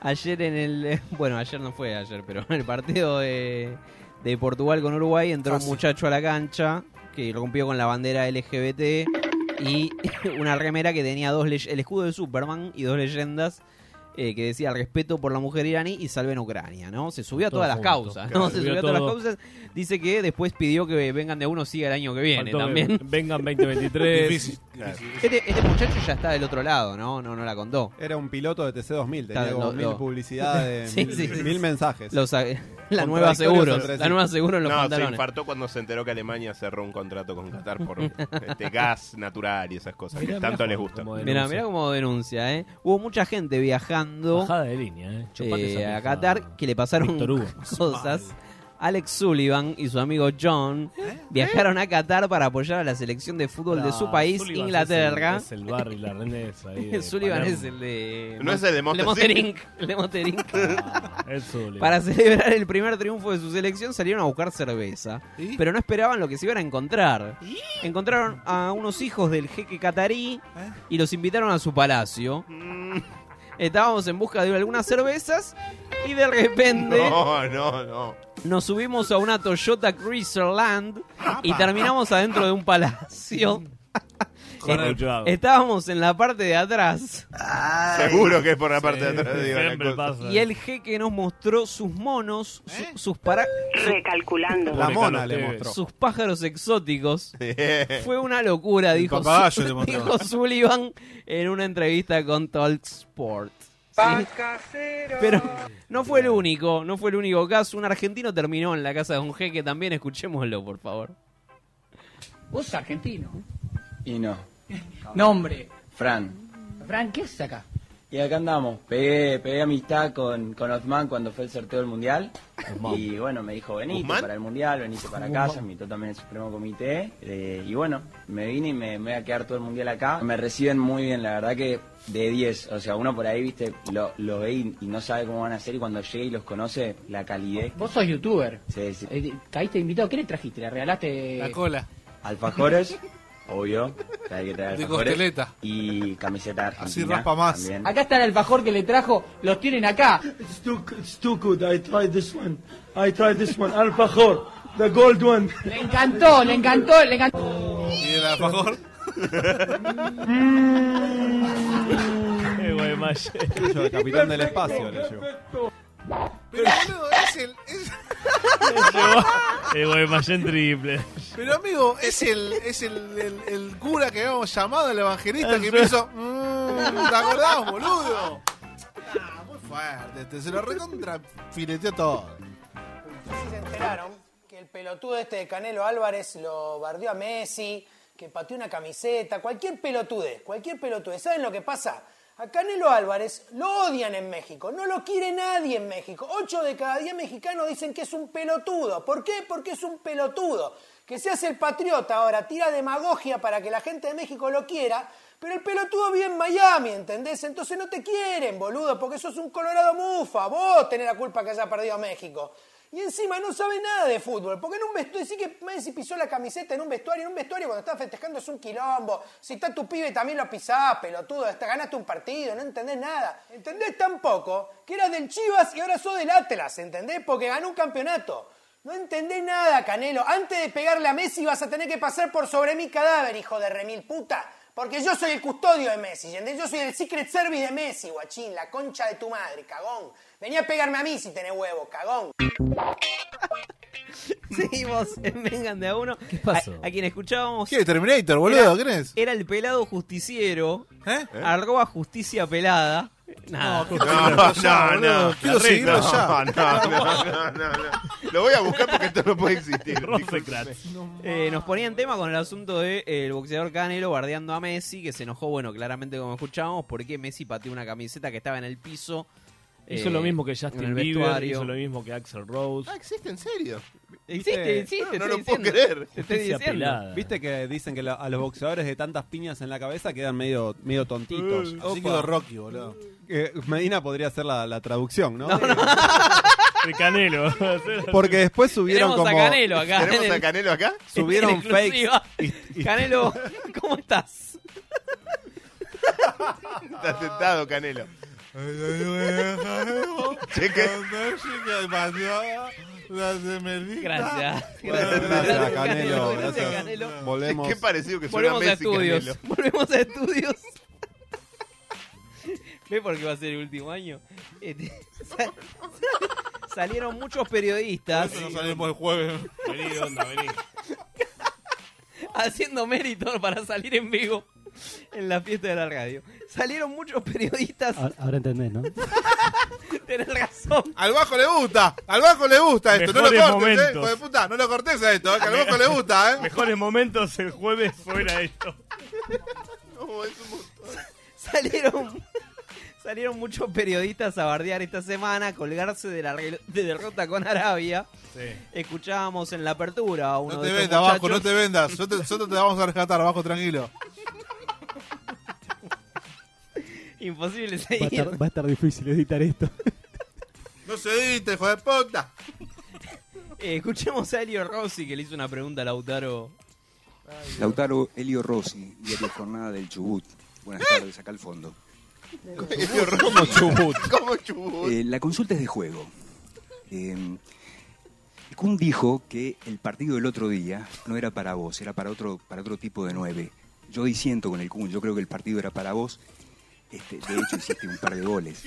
Speaker 4: Ayer en el. [laughs] Bueno, ayer no fue ayer, pero en el partido de, de Portugal con Uruguay entró un muchacho a la cancha que rompió con la bandera LGBT y [laughs] una remera que tenía dos ley- el escudo de Superman y dos leyendas. eh, que decía respeto por la mujer iraní y salven a Ucrania, ¿no? Se subió a
Speaker 2: Todo
Speaker 4: todas las
Speaker 2: junto,
Speaker 4: causas,
Speaker 2: claro.
Speaker 4: ¿no? Se
Speaker 2: Subió
Speaker 4: subió a todas las
Speaker 2: todo.
Speaker 4: causas. Dice que después pidió que vengan de a uno siga el año que viene
Speaker 2: Faltó que
Speaker 4: también.
Speaker 2: vengan 2023. Difícil,
Speaker 4: Claro.
Speaker 2: difícil.
Speaker 4: Este, este muchacho ya está del otro lado, ¿no? No, no la contó.
Speaker 5: Era un piloto de TC2000, tenía
Speaker 4: Claro,
Speaker 5: como
Speaker 4: lo-
Speaker 5: mil
Speaker 4: lo-
Speaker 5: publicidades,
Speaker 4: [laughs] Sí,
Speaker 5: mil,
Speaker 4: sí, sí.
Speaker 5: mil mensajes.
Speaker 4: Los a- la nueva
Speaker 5: Contradictorios
Speaker 4: seguros,
Speaker 5: entre sí.
Speaker 4: la nueva seguro en los
Speaker 1: no, se
Speaker 4: pantalones.
Speaker 1: infartó cuando se enteró que Alemania cerró un contrato con Qatar por
Speaker 4: [laughs]
Speaker 1: este, gas natural y esas cosas
Speaker 2: Mirá,
Speaker 1: que tanto
Speaker 2: mirá
Speaker 1: les
Speaker 2: cómo-
Speaker 1: gustan.
Speaker 2: cómo
Speaker 4: Mirá, mirá cómo denuncia, ¿eh? Hubo mucha gente viajando
Speaker 2: Bajada de línea, ¿eh? Chupate
Speaker 4: eh,
Speaker 2: esa
Speaker 4: a
Speaker 2: pija.
Speaker 4: Qatar que le pasaron
Speaker 2: Víctor Hugo.
Speaker 4: cosas. Alex Sullivan y su amigo John viajaron a Qatar para apoyar a la selección de fútbol de su
Speaker 2: Ah,
Speaker 4: país,
Speaker 2: Sullivan
Speaker 4: Inglaterra.
Speaker 2: Es el, es el barrio la renesa
Speaker 4: [laughs]
Speaker 2: ahí. de
Speaker 4: Sullivan
Speaker 2: Palermo.
Speaker 4: es el de...
Speaker 1: No es el de Monster
Speaker 4: Monster
Speaker 1: Inc.
Speaker 4: Inc. El de Monster Inc.
Speaker 2: [laughs] Es Sullivan.
Speaker 4: Para celebrar el primer triunfo de su selección salieron a buscar cerveza, pero no esperaban lo que se iban a encontrar. Encontraron a unos hijos del jeque catarí y los invitaron a su palacio. Estábamos en busca de algunas cervezas y de repente
Speaker 1: [laughs] No, no, no.
Speaker 4: nos subimos a una Toyota Cruiser Land y terminamos adentro de un palacio. Eh,
Speaker 1: Con el-
Speaker 4: Estábamos en la parte de atrás.
Speaker 1: Seguro que es por la parte de atrás. digo, la cosa.
Speaker 4: Y el jeque nos mostró sus monos, su- sus para... Recalculando.
Speaker 1: La mona le mostró. [laughs]
Speaker 4: Sus pájaros exóticos.
Speaker 2: [laughs]
Speaker 4: Fue una locura,
Speaker 3: El
Speaker 4: dijo,
Speaker 3: papagayo
Speaker 4: Su-
Speaker 3: le mostró.
Speaker 4: dijo Sullivan en una entrevista con Talk Sport.
Speaker 9: [laughs]
Speaker 4: Pero no fue el único, no fue el único caso. Un argentino terminó en la casa de un jeque también. Escuchémoslo, por favor.
Speaker 17: Vos argentino.
Speaker 18: [laughs] Y no.
Speaker 17: Nombre.
Speaker 18: Fran.
Speaker 17: Fran, ¿qué haces acá?
Speaker 18: Y acá andamos. Pegué, pegué amistad con, con Osman cuando fue el sorteo del mundial. Y bueno, me dijo, venite
Speaker 17: ¿Osman?
Speaker 18: para el mundial, venite para
Speaker 17: Osman.
Speaker 18: casa, me invitó también el Supremo Comité. Eh, y bueno, me vine y me, me voy a quedar todo el mundial acá. Me reciben muy bien, la verdad que de 10. O sea, uno por ahí, viste, lo, lo ve y, y no sabe cómo van a ser. Y cuando llegue y los conoce, la calidez.
Speaker 17: Vos sos youtuber.
Speaker 18: Sí, sí.
Speaker 17: Eh, Caíste invitado. ¿Qué le trajiste? ¿Le regalaste?
Speaker 18: La cola. Eh, Alfajores, obvio. que Hay que traer
Speaker 17: De
Speaker 18: alfajores.
Speaker 17: costeleta.
Speaker 18: Y camiseta argentina.
Speaker 17: Así raspa más.
Speaker 18: también.
Speaker 17: Acá está el alfajor que le trajo. Los tienen acá.
Speaker 19: It's too, it's too good. I tried this one. I tried this one. Al Fajor, the gold one.
Speaker 17: Le encantó, le encantó, le encantó.
Speaker 3: ¿Y el alfajor?
Speaker 2: Qué güey, Maye.
Speaker 5: Yo, el capitán del espacio le llevo.
Speaker 3: Pero boludo, es el.
Speaker 4: [laughs]
Speaker 3: es-
Speaker 2: El güey Maye en triple.
Speaker 3: pero amigo, es el, es el, el, el cura que habíamos llamado, el evangelista que me
Speaker 4: [laughs]
Speaker 3: hizo. "Mm, ¿Te acordás, boludo? Ah, muy fuerte, te se lo recontra fileteó todo.
Speaker 6: se enteraron que el pelotudo este de Canelo Álvarez lo bardeó a Messi, que pateó una camiseta, cualquier pelotudez, cualquier pelotudez. ¿Saben lo que pasa? A Canelo Álvarez lo odian en México, no lo quiere nadie en México. Ocho de cada diez mexicanos dicen que es un pelotudo. ¿Por qué? Porque es un pelotudo. Que se hace el patriota ahora, tira demagogia para que la gente de México lo quiera, pero el pelotudo vive en Miami, ¿entendés? Entonces no te quieren, boludo, porque sos un colorado mufa. Vos tenés la culpa que haya perdido a México. Y encima no sabe nada de fútbol, porque en un vestuario, sí que Messi pisó la camiseta en un vestuario, en un vestuario cuando estás festejando es un quilombo, si está tu pibe también lo pisás, pelotudo, hasta ganaste un partido, no entendés nada, entendés tampoco que eras del Chivas y ahora sos del Atlas, ¿entendés? Porque ganó un campeonato. No entendés nada, Canelo. Antes de pegarle a Messi vas a tener que pasar por sobre mi cadáver, hijo de remil puta. Porque yo soy el custodio de Messi, ¿entendés? Yo soy el Secret Service de Messi, guachín, la concha de tu madre, cagón. Venía a pegarme a mí si tenés huevo,
Speaker 13: [laughs]
Speaker 6: cagón.
Speaker 4: [laughs] Seguimos en Vengan de a uno. ¿Qué
Speaker 3: pasó?
Speaker 4: A, a quien escuchábamos.
Speaker 3: ¿Qué, Terminator, boludo?
Speaker 4: Era-
Speaker 3: ¿Quién es?
Speaker 4: Era el pelado justiciero. Arroba justicia pelada. Nada.
Speaker 1: No, no, no, no.
Speaker 4: Quiero
Speaker 1: La
Speaker 4: seguirlo
Speaker 1: red,
Speaker 4: ya.
Speaker 1: No, no, no, no,
Speaker 4: [laughs]
Speaker 1: no. Lo voy a buscar porque esto no puede existir.
Speaker 4: Eh, nos ponía en tema con el asunto del de, eh, el boxeador Canelo bardeando a Messi, que se enojó, bueno, claramente como escuchábamos, porque Messi pateó una camiseta que estaba en el piso. eh,
Speaker 2: Hizo lo mismo que Justin
Speaker 4: en el
Speaker 2: Bieber,
Speaker 4: vestuario.
Speaker 2: hizo lo mismo que Axel Rose.
Speaker 1: Ah, existe en serio.
Speaker 4: Existe, existe.
Speaker 1: No, no lo
Speaker 4: estoy
Speaker 1: puedo
Speaker 4: diciendo.
Speaker 1: creer.
Speaker 4: Te estoy diciendo.
Speaker 5: Viste que dicen que la- a los boxeadores de tantas piñas en la cabeza quedan medio, medio tontitos.
Speaker 4: Mm,
Speaker 3: Así quedó Rocky, boludo.
Speaker 5: Eh, Medina podría hacer la, la traducción, ¿no?
Speaker 2: De Canelo.
Speaker 5: Porque después subieron
Speaker 4: Tenemos
Speaker 5: como.
Speaker 4: a Canelo acá.
Speaker 5: Tenemos
Speaker 4: en
Speaker 5: a
Speaker 4: el-
Speaker 5: Canelo acá.
Speaker 4: en
Speaker 5: Subieron
Speaker 4: exclusiva.
Speaker 2: [laughs]
Speaker 4: Canelo, ¿cómo estás?
Speaker 1: Está sentado, Canelo. [laughs]
Speaker 4: Gracias.
Speaker 5: Gracias, Canelo. Gracias,
Speaker 4: Canelo.
Speaker 5: Volvemos.
Speaker 1: Qué parecido que suena
Speaker 4: Volvemos a
Speaker 1: Messi,
Speaker 4: estudios.
Speaker 1: [laughs] Canelo.
Speaker 4: Volvemos a estudios. ¿Ves por qué va a ser el último año? Este, sal- salieron muchos periodistas.
Speaker 3: Por eso no salimos el jueves. Vení, onda, vení.
Speaker 4: [laughs] Haciendo mérito para salir en vivo en la fiesta de la radio. Salieron muchos periodistas.
Speaker 11: A- Ahora entendés, ¿no?
Speaker 4: Tenés razón.
Speaker 3: Al bajo le gusta, al bajo le gusta esto. No lo cortes,
Speaker 2: Mejores
Speaker 3: eh,
Speaker 2: momentos.
Speaker 3: hijo de puta. No lo cortes a esto, eh, que al bajo le gusta, eh.
Speaker 4: Ah.
Speaker 2: Mejores momentos el jueves fuera esto.
Speaker 6: [laughs]
Speaker 4: Salieron, salieron muchos periodistas a bardear esta semana, a colgarse de la re- de derrota con Arabia. Escuchábamos en la apertura a uno
Speaker 3: No
Speaker 4: de
Speaker 3: te
Speaker 4: estos
Speaker 3: vendas, Vasco, no
Speaker 4: muchachos.
Speaker 3: te vendas. Nosotros, nosotros te vamos a rescatar, Vasco, tranquilo.
Speaker 4: Imposible
Speaker 11: Va a,
Speaker 4: seguir.
Speaker 11: estar, va a estar difícil editar esto.
Speaker 3: No se diste, hijo de puta.
Speaker 4: [laughs] Eh, escuchemos a Elio Rossi que le hizo una pregunta a Lautaro.
Speaker 20: Lautaro Elio Rossi, Diario Jornada del Chubut. Buenas tardes, acá al fondo.
Speaker 1: ¿Cómo
Speaker 3: [laughs]
Speaker 1: Chubut? ¿Cómo Chubut?
Speaker 20: Eh, la consulta es de juego. Eh, Kun dijo que el partido del otro día no era para vos, era para otro, para otro tipo de nueve. Yo disiento con el Kun, yo creo que el partido era para vos. Este, de hecho, hiciste un par
Speaker 3: [laughs]
Speaker 20: de goles.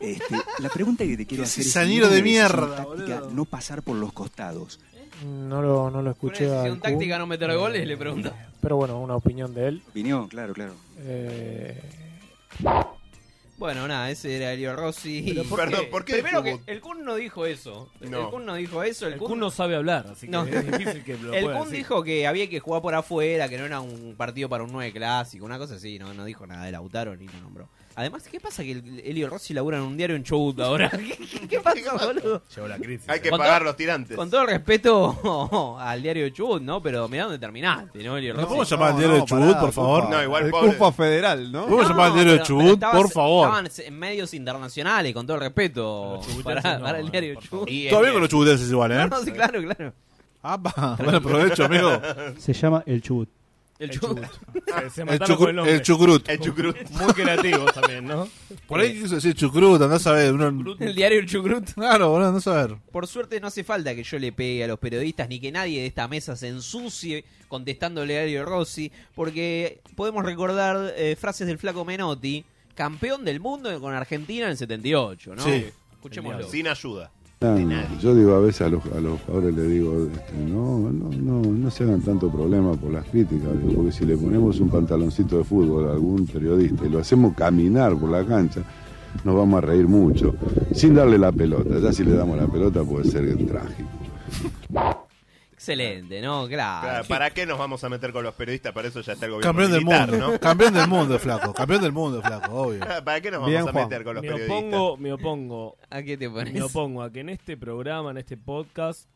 Speaker 20: Este, la pregunta que te quiero
Speaker 3: Qué
Speaker 20: hacer es...
Speaker 3: cizanero de
Speaker 20: ¿cómo es una
Speaker 3: mierda,
Speaker 20: táctica
Speaker 3: boludo.
Speaker 20: no pasar por los costados.
Speaker 21: No lo, no lo escuché. al
Speaker 4: Decisión
Speaker 21: Kun,
Speaker 4: táctica no meter goles, le pregunta.
Speaker 21: Pero bueno, una opinión de él.
Speaker 20: Opinión, claro, claro.
Speaker 21: Eh,
Speaker 4: Bueno, nada, ese era Elio Rossi.
Speaker 21: Pero ¿por
Speaker 1: Perdón, qué? ¿por qué
Speaker 4: Primero que
Speaker 1: Chubut?
Speaker 4: el Kun no dijo eso.
Speaker 1: No.
Speaker 4: El Kun no dijo eso. El,
Speaker 2: El Kun no sabe hablar, así que [laughs] es difícil que lo
Speaker 4: El
Speaker 2: pueda
Speaker 4: Kun
Speaker 2: decir.
Speaker 4: dijo que había que jugar por afuera, que no era un partido para un 9 clásico, una cosa así. No, no dijo nada de Lautaro ni lo nombró. Además, ¿qué pasa que el- Elio Rossi labura en un diario en Chubut
Speaker 2: [laughs]
Speaker 4: ahora? ¿Qué, [laughs] qué- qué pasa, boludo?
Speaker 2: Llegó la crisis.
Speaker 1: Hay que
Speaker 4: Con
Speaker 1: pagar
Speaker 4: todo-
Speaker 1: los tirantes.
Speaker 4: Con todo el respeto [laughs] al diario de Chubut, ¿no? Pero mirá dónde terminaste, ¿no, Elio Rossi?
Speaker 3: podemos llamar al diario de Chubut, por favor?
Speaker 1: No, igual,
Speaker 3: El
Speaker 1: pobre.
Speaker 3: Cufa
Speaker 5: federal, ¿no?
Speaker 3: ¿Podemos llamar al diario de
Speaker 4: pero-
Speaker 3: Chubut,
Speaker 4: pero estabas-
Speaker 3: por favor?
Speaker 4: Estaban en medios internacionales, con todo el respeto, para, para el diario de Chubut.
Speaker 3: Todo bien con los chubutenses igual, ¿eh?
Speaker 4: No, sí, claro, claro.
Speaker 3: Apa, bueno, provecho, amigo.
Speaker 11: Se llama El Chubut.
Speaker 4: El Chubut.
Speaker 2: Se
Speaker 3: El,
Speaker 2: mataron con
Speaker 3: chucru-
Speaker 2: nombre.
Speaker 3: el chucrut.
Speaker 1: El chucrut.
Speaker 2: Muy creativos también, ¿no?
Speaker 3: Por ahí quiso decir chucrut, andás a ver. Uno...
Speaker 4: El diario El Chucrut.
Speaker 3: Claro, boludo, andás a ver.
Speaker 4: Por suerte no hace falta que yo le pegue a los periodistas ni que nadie de esta mesa se ensucie contestándole a Dario Rossi, porque podemos recordar eh, frases del flaco Menotti, campeón del mundo con Argentina en el 78, ¿no?
Speaker 1: Sí.
Speaker 4: Escuchémoslo.
Speaker 1: Sin ayuda.
Speaker 22: Ah, yo digo a veces a los, a los jugadores le digo, este, no, no, no, no se hagan tanto problema por las críticas, digo, porque si le ponemos un pantaloncito de fútbol a algún periodista y lo hacemos caminar por la cancha, nos vamos a reír mucho, sin darle la pelota, ya si le damos la pelota puede ser trágico.
Speaker 4: Excelente, ¿no? Claro.
Speaker 1: Claro, ¿Para qué nos vamos a meter con los periodistas? Para eso ya está el gobierno
Speaker 3: Campeón del
Speaker 1: militar,
Speaker 3: mundo.
Speaker 1: ¿no?
Speaker 3: Campeón del mundo, flaco. Campeón del mundo, flaco, obvio.
Speaker 1: [laughs] ¿Para qué nos vamos a meter con los
Speaker 2: me
Speaker 1: periodistas?
Speaker 2: Opongo, me opongo.
Speaker 4: [laughs] ¿A qué te pones?
Speaker 2: Me opongo a que en este programa, en este podcast,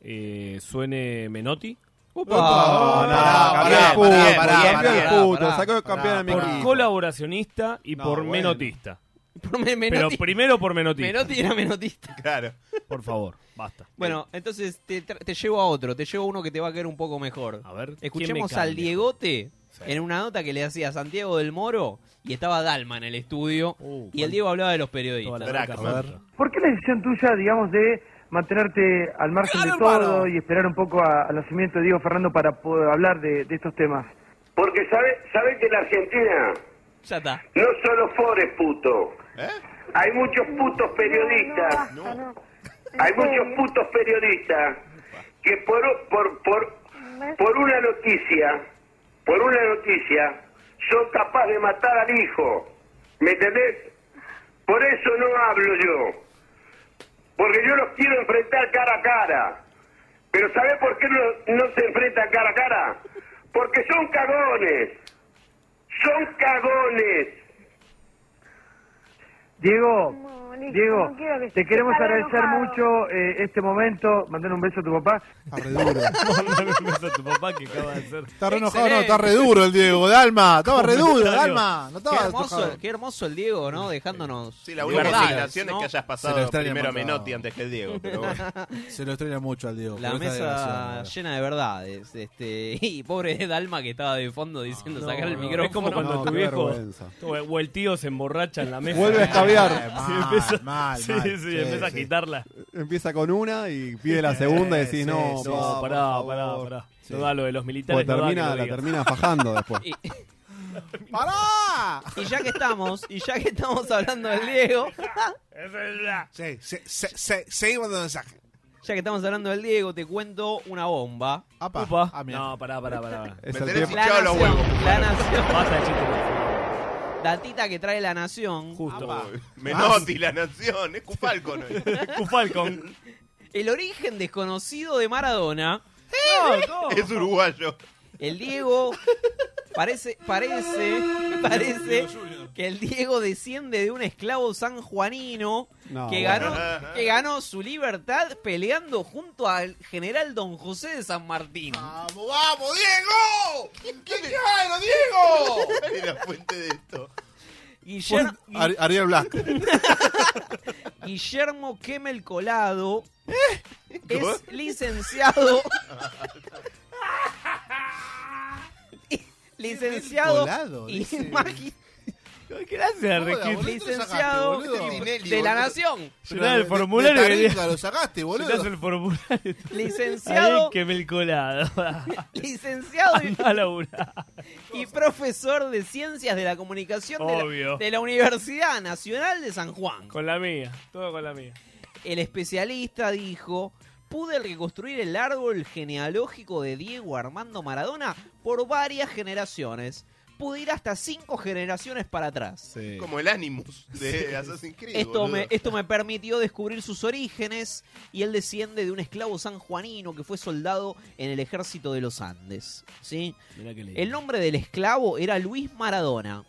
Speaker 2: eh, suene Menotti.
Speaker 4: ¡Upa! Upa, no, pará,
Speaker 2: Bien,
Speaker 4: pará,
Speaker 2: bien,
Speaker 4: pará,
Speaker 2: bien,
Speaker 4: pará,
Speaker 2: bien.
Speaker 4: pará, Puto, pará. sacó campeón a mi
Speaker 2: Por
Speaker 4: equipo.
Speaker 2: colaboracionista y
Speaker 4: No,
Speaker 2: por
Speaker 4: bueno.
Speaker 2: menotista.
Speaker 4: [laughs] Por me-
Speaker 2: Pero
Speaker 4: Menotti-
Speaker 2: primero por menotista.
Speaker 4: Menotti era menotista.
Speaker 1: Claro.
Speaker 2: Por favor, basta. [laughs]
Speaker 4: Bueno,
Speaker 1: Eh.
Speaker 4: entonces te, tra- te llevo a otro, te llevo a uno que te va a quedar un poco mejor. A ver, escuchemos
Speaker 2: cambia?
Speaker 4: al Diegote en una nota que le hacía a Santiago del Moro y estaba Dalma en el estudio
Speaker 1: Uh,
Speaker 4: y el Diego hablaba de los periodistas.
Speaker 23: ¿Por qué la decisión tuya, digamos, de mantenerte al margen de todo y esperar un poco a- al nacimiento de Diego Fernando para poder hablar de, de estos temas?
Speaker 24: Porque sabe, sabe que en la Argentina
Speaker 4: Ya está.
Speaker 24: no solo Fores puto. Hay muchos putos periodistas. Hay muchos putos periodistas que por, por, por, por una noticia, por una noticia, son capaz de matar al hijo. ¿Me entendés? Por eso no hablo yo. Porque yo los quiero enfrentar cara a cara. Pero ¿sabés por qué no, no se enfrentan cara a cara? Porque son cagones. Son cagones.
Speaker 23: Diego,
Speaker 25: listo,
Speaker 23: Diego,
Speaker 25: no quiero que
Speaker 23: te
Speaker 25: se
Speaker 23: queremos
Speaker 25: pare
Speaker 23: agradecer
Speaker 25: enojado.
Speaker 23: mucho eh, este momento. Mandar un beso a tu papá.
Speaker 2: Mandale un beso a tu papá que acaba de hacer.
Speaker 3: Está re enojado, no, está re duro el Diego, Dalma, Ah, estaba re duro, Dalma, no estaba
Speaker 4: qué, hermoso,
Speaker 3: enojado.
Speaker 4: qué hermoso el Diego, ¿no? Dejándonos. Sí,
Speaker 1: la única explicación es que hayas pasado Se lo extraña primero a mucho. Menotti antes que el Diego,
Speaker 4: [laughs]
Speaker 1: pero bueno.
Speaker 3: Se lo extraña mucho al Diego.
Speaker 4: La
Speaker 3: por esta
Speaker 4: mesa
Speaker 3: declaración.
Speaker 4: llena de verdades. Este, [laughs] y pobre de Dalma que estaba de fondo diciendo
Speaker 1: Ah,
Speaker 2: No,
Speaker 4: sacar el
Speaker 2: no,
Speaker 4: micrófono.
Speaker 2: Es como cuando tu viejo o o el tío se emborracha en la mesa.
Speaker 5: Vuelve a escabiar.
Speaker 2: [laughs] Sí,
Speaker 5: Mal,
Speaker 2: empieza,
Speaker 5: mal,
Speaker 2: sí,
Speaker 5: mal.
Speaker 2: sí,
Speaker 5: Sí,
Speaker 2: empieza a
Speaker 5: sí.
Speaker 2: quitarla.
Speaker 5: Empieza con una y pide la segunda y decís,
Speaker 2: Sí,
Speaker 5: no,
Speaker 2: sí,
Speaker 5: pa,
Speaker 2: no,
Speaker 5: por
Speaker 2: pará,
Speaker 5: favor.
Speaker 2: pará, pará.
Speaker 5: Sí.
Speaker 2: No da lo de los militares.
Speaker 5: Pues termina-
Speaker 2: no da que lo
Speaker 5: la
Speaker 2: diga.
Speaker 5: termina fajando después.
Speaker 4: Y- [laughs]
Speaker 3: ¡Pará!
Speaker 4: Y ya que estamos, y ya que estamos hablando del Diego,
Speaker 3: Es verdad. Sí, sí, sí, sí, seguimos dando mensaje.
Speaker 4: ya que estamos hablando del Diego, te cuento una bomba.
Speaker 2: Upa. No, pará, pará, pará.
Speaker 4: Es Me el tenés tiempo. hinchado los huevos. La Nación. Datita que trae la Nación.
Speaker 1: Apa. [laughs] Menotti, la nación, es Cufalcon ¿eh? hoy.
Speaker 5: [laughs]
Speaker 4: El origen desconocido de Maradona.
Speaker 5: Eh,
Speaker 1: Es uruguayo.
Speaker 4: El Diego parece, parece, parece que el Diego desciende de un esclavo sanjuanino
Speaker 5: No,
Speaker 4: que,
Speaker 5: bueno.
Speaker 4: ganó, que ganó su libertad peleando junto al general Don José de San Martín.
Speaker 1: Ah,
Speaker 3: ¡Vamos, vamos, Diego! ¡Qué claro, Diego!
Speaker 10: [laughs]
Speaker 1: ¿Cuál es la fuente de esto?
Speaker 4: Guillermo,
Speaker 3: Ari- Ariel
Speaker 4: [laughs]
Speaker 3: Blanco.
Speaker 4: Guillermo Kemel Colado es
Speaker 3: [laughs]
Speaker 4: licenciado. licenciado
Speaker 3: Colado,
Speaker 4: y
Speaker 3: dice.
Speaker 4: magi-
Speaker 3: Gracias, Joda, Ricky. boludo,
Speaker 4: Licenciado
Speaker 3: lo sacaste, boludo.
Speaker 4: de [laughs] la
Speaker 3: boludo.
Speaker 4: Nación.
Speaker 2: Llenás
Speaker 3: De-
Speaker 2: el
Speaker 3: de
Speaker 2: formulario.
Speaker 3: Taringa
Speaker 2: quería-
Speaker 3: lo sacaste, boludo.
Speaker 2: Llenás el formulario.
Speaker 4: Licenciado.
Speaker 2: Ahí que me el colado. [laughs]
Speaker 4: Licenciado y,
Speaker 2: A laburar.
Speaker 4: y profesor de Ciencias de la Comunicación de la,
Speaker 2: Obvio.
Speaker 4: de la Universidad Nacional de San Juan.
Speaker 2: Con la mía. Todo con la mía.
Speaker 4: El especialista dijo, pude reconstruir el árbol genealógico de Diego Armando Maradona por varias generaciones. Pude ir hasta cinco generaciones para atrás.
Speaker 1: Como el Animus de Assassin's Creed.
Speaker 4: Esto
Speaker 1: boludo.
Speaker 4: me, esto me permitió descubrir sus orígenes y él desciende de un esclavo sanjuanino que fue soldado en el ejército de los Andes. ¿sí? El nombre del esclavo era Luis Maradona.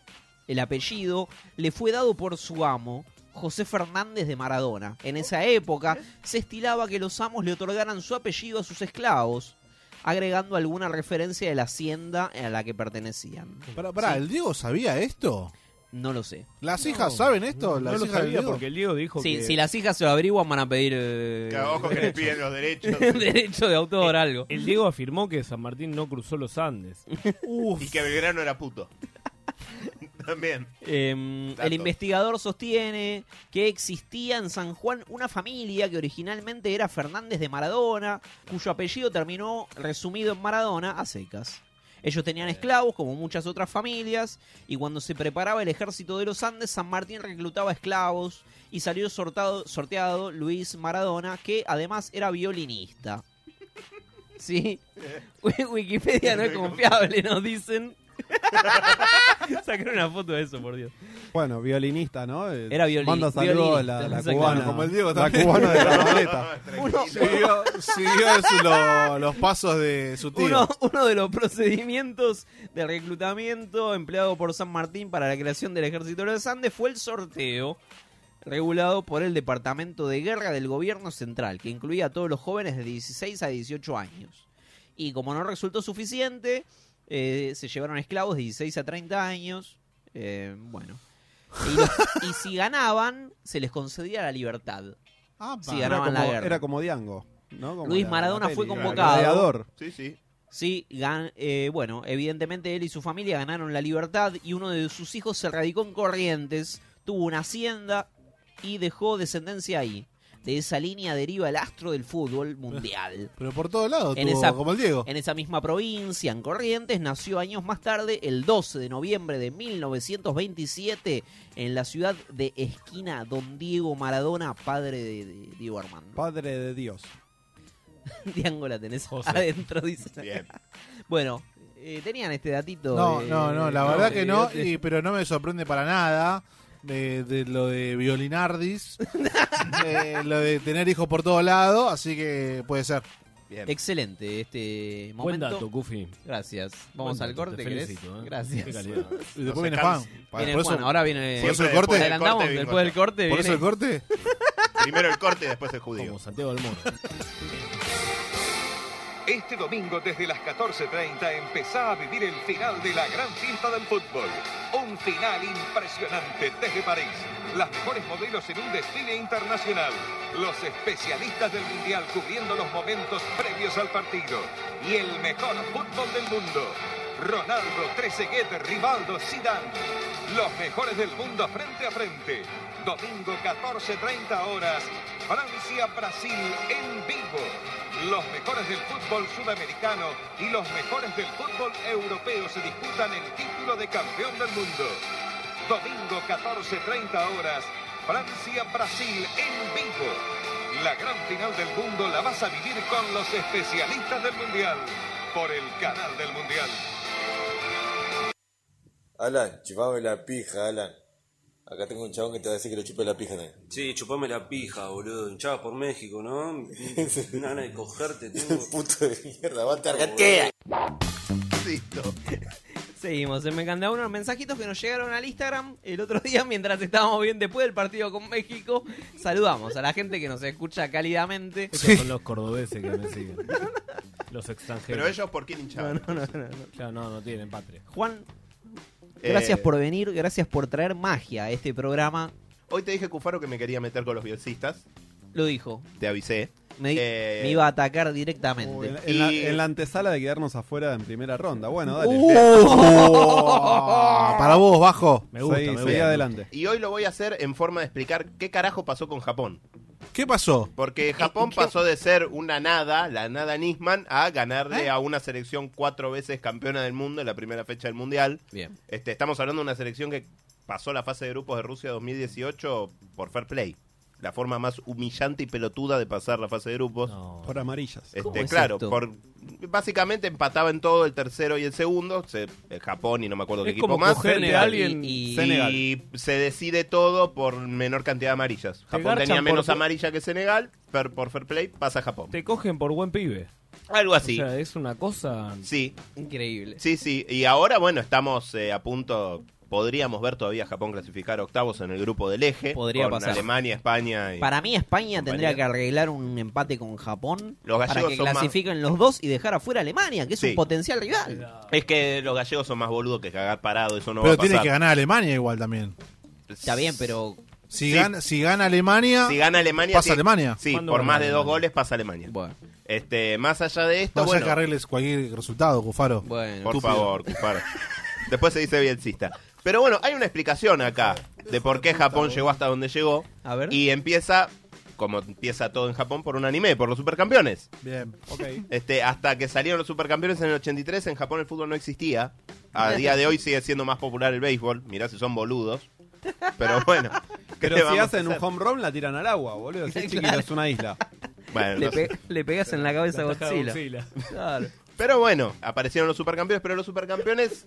Speaker 4: El apellido le fue dado por su amo, José Fernández de Maradona. En esa época se estilaba que los amos le otorgaran su apellido a sus esclavos, agregando alguna referencia de la hacienda a la que pertenecían.
Speaker 3: Pará, pará,
Speaker 4: Sí.
Speaker 3: ¿el Diego sabía esto?
Speaker 4: No lo sé.
Speaker 3: ¿Las hijas saben esto? ¿Las
Speaker 2: No lo
Speaker 3: hijas del
Speaker 2: sabía
Speaker 3: Diego?
Speaker 2: porque el Diego dijo
Speaker 4: Sí,
Speaker 2: que.
Speaker 4: Si las hijas se lo averiguan, van a pedir. eh, [laughs] Derecho de autor, algo.
Speaker 2: Eh, El Diego afirmó que San Martín no cruzó los
Speaker 4: [laughs]
Speaker 2: Andes.
Speaker 1: Y que Belgrano era puto. [laughs] También.
Speaker 4: Eh, el
Speaker 1: Dato.
Speaker 4: investigador sostiene que existía en San Juan una familia que originalmente era Fernández de Maradona, cuyo apellido terminó resumido en Maradona a secas. Ellos tenían esclavos, como muchas otras familias, y cuando se preparaba el ejército de los Andes, San Martín reclutaba esclavos y salió sortado- sorteado Luis Maradona, que además era violinista. ¿Sí? Wikipedia no es confiable, nos dicen. Sacar una foto de eso, por Dios.
Speaker 5: Bueno, violinista, ¿no? Eh,
Speaker 4: Era violini-
Speaker 5: Manda saludos
Speaker 4: violinista,
Speaker 5: la, la
Speaker 4: exactamente.
Speaker 5: cubana.
Speaker 4: Como el
Speaker 3: Diego
Speaker 5: la
Speaker 3: también.
Speaker 5: cubana
Speaker 4: [laughs]
Speaker 5: de la maleta.
Speaker 4: Uno-
Speaker 3: Siguió, siguió su- lo- los pasos de su tío.
Speaker 4: Uno, [laughs] uno de los procedimientos de reclutamiento empleado por San Martín para la creación del ejército de los Andes fue el sorteo regulado por el Departamento de Guerra del Gobierno Central, que incluía a todos los jóvenes de 16 a 18 años. Y como no resultó suficiente, eh, se llevaron esclavos de 16 a 30 años.
Speaker 5: [laughs]
Speaker 4: eh, bueno. Y, los- y si ganaban, se les concedía la libertad.
Speaker 5: Ah,
Speaker 4: Sí, ganaban
Speaker 5: era como,
Speaker 4: la guerra.
Speaker 5: Era como Diango. ¿no? Como
Speaker 4: Luis
Speaker 5: la-
Speaker 4: Maradona
Speaker 5: la
Speaker 4: fue
Speaker 5: peli.
Speaker 4: convocado.
Speaker 5: Gladiador.
Speaker 1: Sí, sí.
Speaker 4: gan- eh, bueno, evidentemente él y su familia ganaron la libertad y uno de sus hijos se radicó en Corrientes, tuvo una hacienda y dejó descendencia ahí. De esa línea deriva el astro del fútbol mundial.
Speaker 3: Pero por todos lados, tuvo, como el Diego.
Speaker 4: En esa misma provincia, en Corrientes, nació años más tarde, el 12 de noviembre de 1927, en la ciudad de Esquina, don Diego Maradona, padre de, de Diego Armando.
Speaker 5: Padre de Dios.
Speaker 4: [laughs] Diango la tenés adentro, dice. Bueno, [laughs] eh, tenían este datito.
Speaker 3: No,
Speaker 4: de-
Speaker 3: no, no, la
Speaker 4: de-
Speaker 3: verdad que no,
Speaker 4: de-
Speaker 3: y- pero no me sorprende para nada de, de lo de
Speaker 1: [laughs]
Speaker 3: Violinardis, eh, lo de tener hijos por todos lados, así que puede ser.
Speaker 4: Excelente este
Speaker 2: Buen
Speaker 4: momento.
Speaker 2: dato, Cufi.
Speaker 4: Gracias. Vamos
Speaker 2: Buen dato,
Speaker 4: al corte,
Speaker 2: te
Speaker 4: ¿querés?
Speaker 2: felicito, ¿eh?
Speaker 4: Gracias.
Speaker 2: Qué
Speaker 4: [laughs]
Speaker 2: calidad. Y después
Speaker 4: No se
Speaker 2: viene
Speaker 4: canse.
Speaker 2: Juan.
Speaker 4: Viene
Speaker 2: Por eso-
Speaker 4: Juan, ahora viene.
Speaker 2: ¿Por eso el corte?
Speaker 4: Adelantamos, después del corte.
Speaker 1: ¿Por eso
Speaker 4: viene-
Speaker 1: el corte? Primero el corte y después el judío. Como
Speaker 2: Santiago del Moro.
Speaker 9: Este domingo desde las 14.30 empezá a vivir el final de la gran fiesta del fútbol. Un final impresionante desde París. Las mejores modelos en un desfile internacional. Los especialistas del Mundial cubriendo los momentos previos al partido. Y el mejor fútbol del mundo. Ronaldo, Trezeguet, Rivaldo, Zidane. Los mejores del mundo frente a frente. Domingo 14.30 horas. Francia-Brasil en vivo. Los mejores del fútbol sudamericano y los mejores del fútbol europeo se disputan el título de campeón del mundo. Domingo 14.30 horas, Francia-Brasil en vivo. La gran final del mundo la vas a vivir con los especialistas del Mundial por el canal del Mundial.
Speaker 10: Alan, chupame la pija, Alan. Acá tengo un chabón que te va a decir que lo chupe la pija también.
Speaker 25: Sí, chupame la pija, boludo. Hinchada por México, ¿no? Una gana de cogerte, tengo.
Speaker 10: Puto de mierda, aguante Argentina.
Speaker 1: Listo.
Speaker 4: Seguimos, en me encanta unos mensajitos que nos llegaron al Instagram el otro [laughs] día mientras estábamos bien después del partido con México. Saludamos a la gente que nos escucha cálidamente.
Speaker 2: Esos son los cordobeses que me siguen. Los extranjeros.
Speaker 1: Pero ellos, ¿por quién hinchaban?
Speaker 4: No, no, no, no,
Speaker 2: Claro, no, no tienen patria.
Speaker 4: Juan,
Speaker 1: Eh,
Speaker 4: gracias por venir, gracias por traer magia a este programa.
Speaker 1: Hoy te dije, Cufaro, que me quería meter con los bielcistas.
Speaker 4: Lo dijo.
Speaker 1: Te avisé.
Speaker 4: Me,
Speaker 1: Eh,
Speaker 4: me iba a atacar directamente.
Speaker 5: En, la, en la antesala de quedarnos afuera en primera ronda. Bueno, dale.
Speaker 3: ¡Uh! Para vos, bajo.
Speaker 5: Me gusta, Seguí, me gusta. seguí adelante.
Speaker 1: Y hoy lo voy a hacer en forma de explicar qué carajo pasó con Japón.
Speaker 3: ¿Qué pasó?
Speaker 1: Porque Japón pasó de ser una nada, la nada Nisman, a ganarle a una selección cuatro veces campeona del mundo en la primera fecha del mundial.
Speaker 4: Bien.
Speaker 1: Este, estamos hablando de una selección que pasó la fase de grupos de Rusia 2018 por fair play. La forma más humillante y pelotuda de pasar la fase de grupos.
Speaker 5: Por amarillas.
Speaker 1: Este, claro, por- básicamente empataba en todo el tercero y el segundo, se- eh, Japón y no me acuerdo qué
Speaker 2: Es
Speaker 1: equipo
Speaker 2: como
Speaker 1: más.
Speaker 2: cogerle a alguien-
Speaker 1: y, y-
Speaker 2: Senegal.
Speaker 1: y se decide todo por menor cantidad de amarillas. Japón
Speaker 2: garchan
Speaker 1: tenía
Speaker 2: por-
Speaker 1: menos amarilla que Senegal, pero por fair play pasa a Japón.
Speaker 2: Te cogen por buen pibe.
Speaker 1: Algo así.
Speaker 2: O sea, es una cosa.
Speaker 1: Sí.
Speaker 4: Increíble.
Speaker 1: Sí, sí. Y ahora, bueno, estamos eh, a punto. Podríamos ver todavía a Japón clasificar a octavos en el grupo del eje.
Speaker 4: Podría
Speaker 1: con
Speaker 4: pasar.
Speaker 1: Alemania, España. Y...
Speaker 4: Para mí España
Speaker 1: compañía.
Speaker 4: tendría que arreglar un empate con Japón
Speaker 1: Los
Speaker 4: para
Speaker 1: gallegos
Speaker 4: que
Speaker 1: son más-
Speaker 4: clasifiquen los dos y dejar afuera a Alemania, que es
Speaker 1: Sí.
Speaker 4: un potencial rival.
Speaker 1: Es que los gallegos son más boludos que cagar parado. Eso no
Speaker 3: pero
Speaker 1: va a
Speaker 3: tiene
Speaker 1: pasar.
Speaker 3: que ganar Alemania igual también.
Speaker 4: Está bien, pero
Speaker 3: Si,
Speaker 1: Sí.
Speaker 3: gana, si gana Alemania,
Speaker 1: Si gana Alemania.
Speaker 3: pasa
Speaker 1: sí.
Speaker 3: Alemania.
Speaker 1: Sí, por más de dos goles pasa Alemania. Este, más allá de esto,
Speaker 3: Más allá
Speaker 1: bueno,
Speaker 3: que arregles cualquier resultado, Cufaro.
Speaker 4: Bueno,
Speaker 1: por
Speaker 3: Estúpido.
Speaker 1: favor, Cufaro. Después se dice bielcista. Pero bueno, hay una explicación acá de por qué Japón llegó hasta donde llegó.
Speaker 4: A ver.
Speaker 1: Y empieza, como empieza todo en Japón, por un anime, por los supercampeones.
Speaker 3: Bien, ok.
Speaker 1: Este, hasta que salieron los supercampeones en el 83, en Japón el fútbol no existía.
Speaker 4: [laughs]
Speaker 1: A día de hoy sigue siendo más popular el béisbol. Mirá si son boludos. Pero bueno. ¿qué
Speaker 5: [laughs] Pero
Speaker 1: le
Speaker 5: si
Speaker 1: vamos a
Speaker 5: hacen un
Speaker 1: hacer?
Speaker 5: home run, la tiran al agua, boludo. Si es chiquito,
Speaker 1: Claro. [laughs]
Speaker 5: es una isla.
Speaker 1: Bueno,
Speaker 4: le,
Speaker 1: no sé.
Speaker 4: pe- le pegas en la cabeza a
Speaker 2: La taja de
Speaker 4: Godzilla.
Speaker 2: Godzilla.
Speaker 4: Claro.
Speaker 1: Pero bueno, aparecieron los supercampeones, pero los supercampeones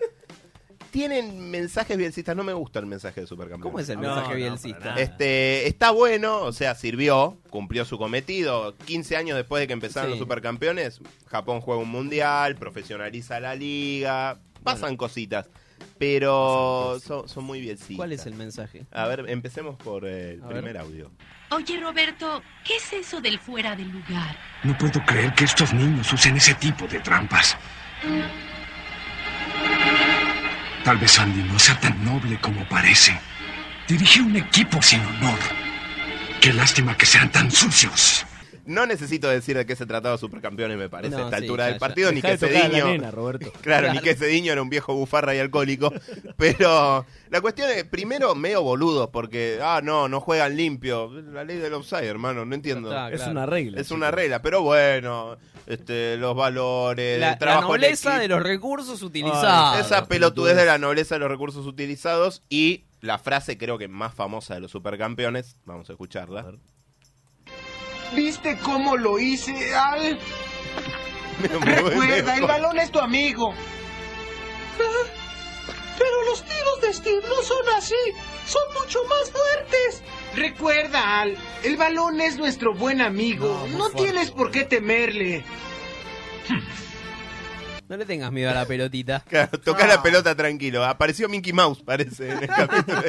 Speaker 1: tienen mensajes bielcistas. No me gusta el mensaje de supercampeones.
Speaker 4: ¿Cómo es el
Speaker 1: No,
Speaker 4: mensaje
Speaker 1: no,
Speaker 4: bielcista?
Speaker 1: Este, está bueno, o sea, sirvió, cumplió su cometido. 15 años después de que empezaron
Speaker 4: Sí.
Speaker 1: los supercampeones, Japón juega un mundial, profesionaliza la liga, pasan cositas. Pero son, son muy bielcistas.
Speaker 4: ¿Cuál es el mensaje?
Speaker 1: A ver, empecemos por eh, el
Speaker 4: A ver.
Speaker 1: primer audio.
Speaker 26: Oye, Roberto, ¿qué es eso del fuera del lugar?
Speaker 27: No puedo creer que estos niños usen ese tipo de trampas. Tal vez Andy no sea tan noble como parece. Dirige un equipo sin honor. Qué lástima que sean tan sucios.
Speaker 1: No necesito decir de qué se trataba Supercampeones, me parece,
Speaker 2: No,
Speaker 1: a esta
Speaker 2: sí,
Speaker 1: altura
Speaker 2: ya,
Speaker 1: del
Speaker 2: ya.
Speaker 1: partido, ni
Speaker 2: Dejá
Speaker 1: que
Speaker 2: de tocar a la
Speaker 1: Cediño.
Speaker 2: nena, Roberto.
Speaker 1: [laughs] Claro, ni
Speaker 2: Claro.
Speaker 1: que Cediño era un viejo bufarra y alcohólico. [laughs] Pero la cuestión es, primero, medio boludos, porque, ah, no, no juegan limpio. La ley del offside, hermano, no entiendo.
Speaker 2: Ya está, Es claro. una regla,
Speaker 1: Es una regla, pero bueno, este, los valores,
Speaker 4: La-
Speaker 1: el trabajo.
Speaker 4: la
Speaker 1: en
Speaker 4: nobleza
Speaker 1: equipo.
Speaker 4: de los recursos utilizados.
Speaker 1: Ay, esa pelotudez de la nobleza de los recursos utilizados y la frase, creo que más famosa de los supercampeones. Vamos a escucharla. [laughs]
Speaker 13: ¿Viste cómo lo hice, Al? Recuerda, el balón es tu amigo. Ah, Pero los tiros de Steve no son así, son mucho más fuertes. Recuerda, Al, el balón es nuestro buen amigo. No, tienes por qué temerle.
Speaker 4: No le tengas miedo a la pelotita.
Speaker 1: [laughs] Claro, toca la pelota tranquilo. Apareció Mickey Mouse, parece,
Speaker 4: [laughs]
Speaker 1: en el capítulo.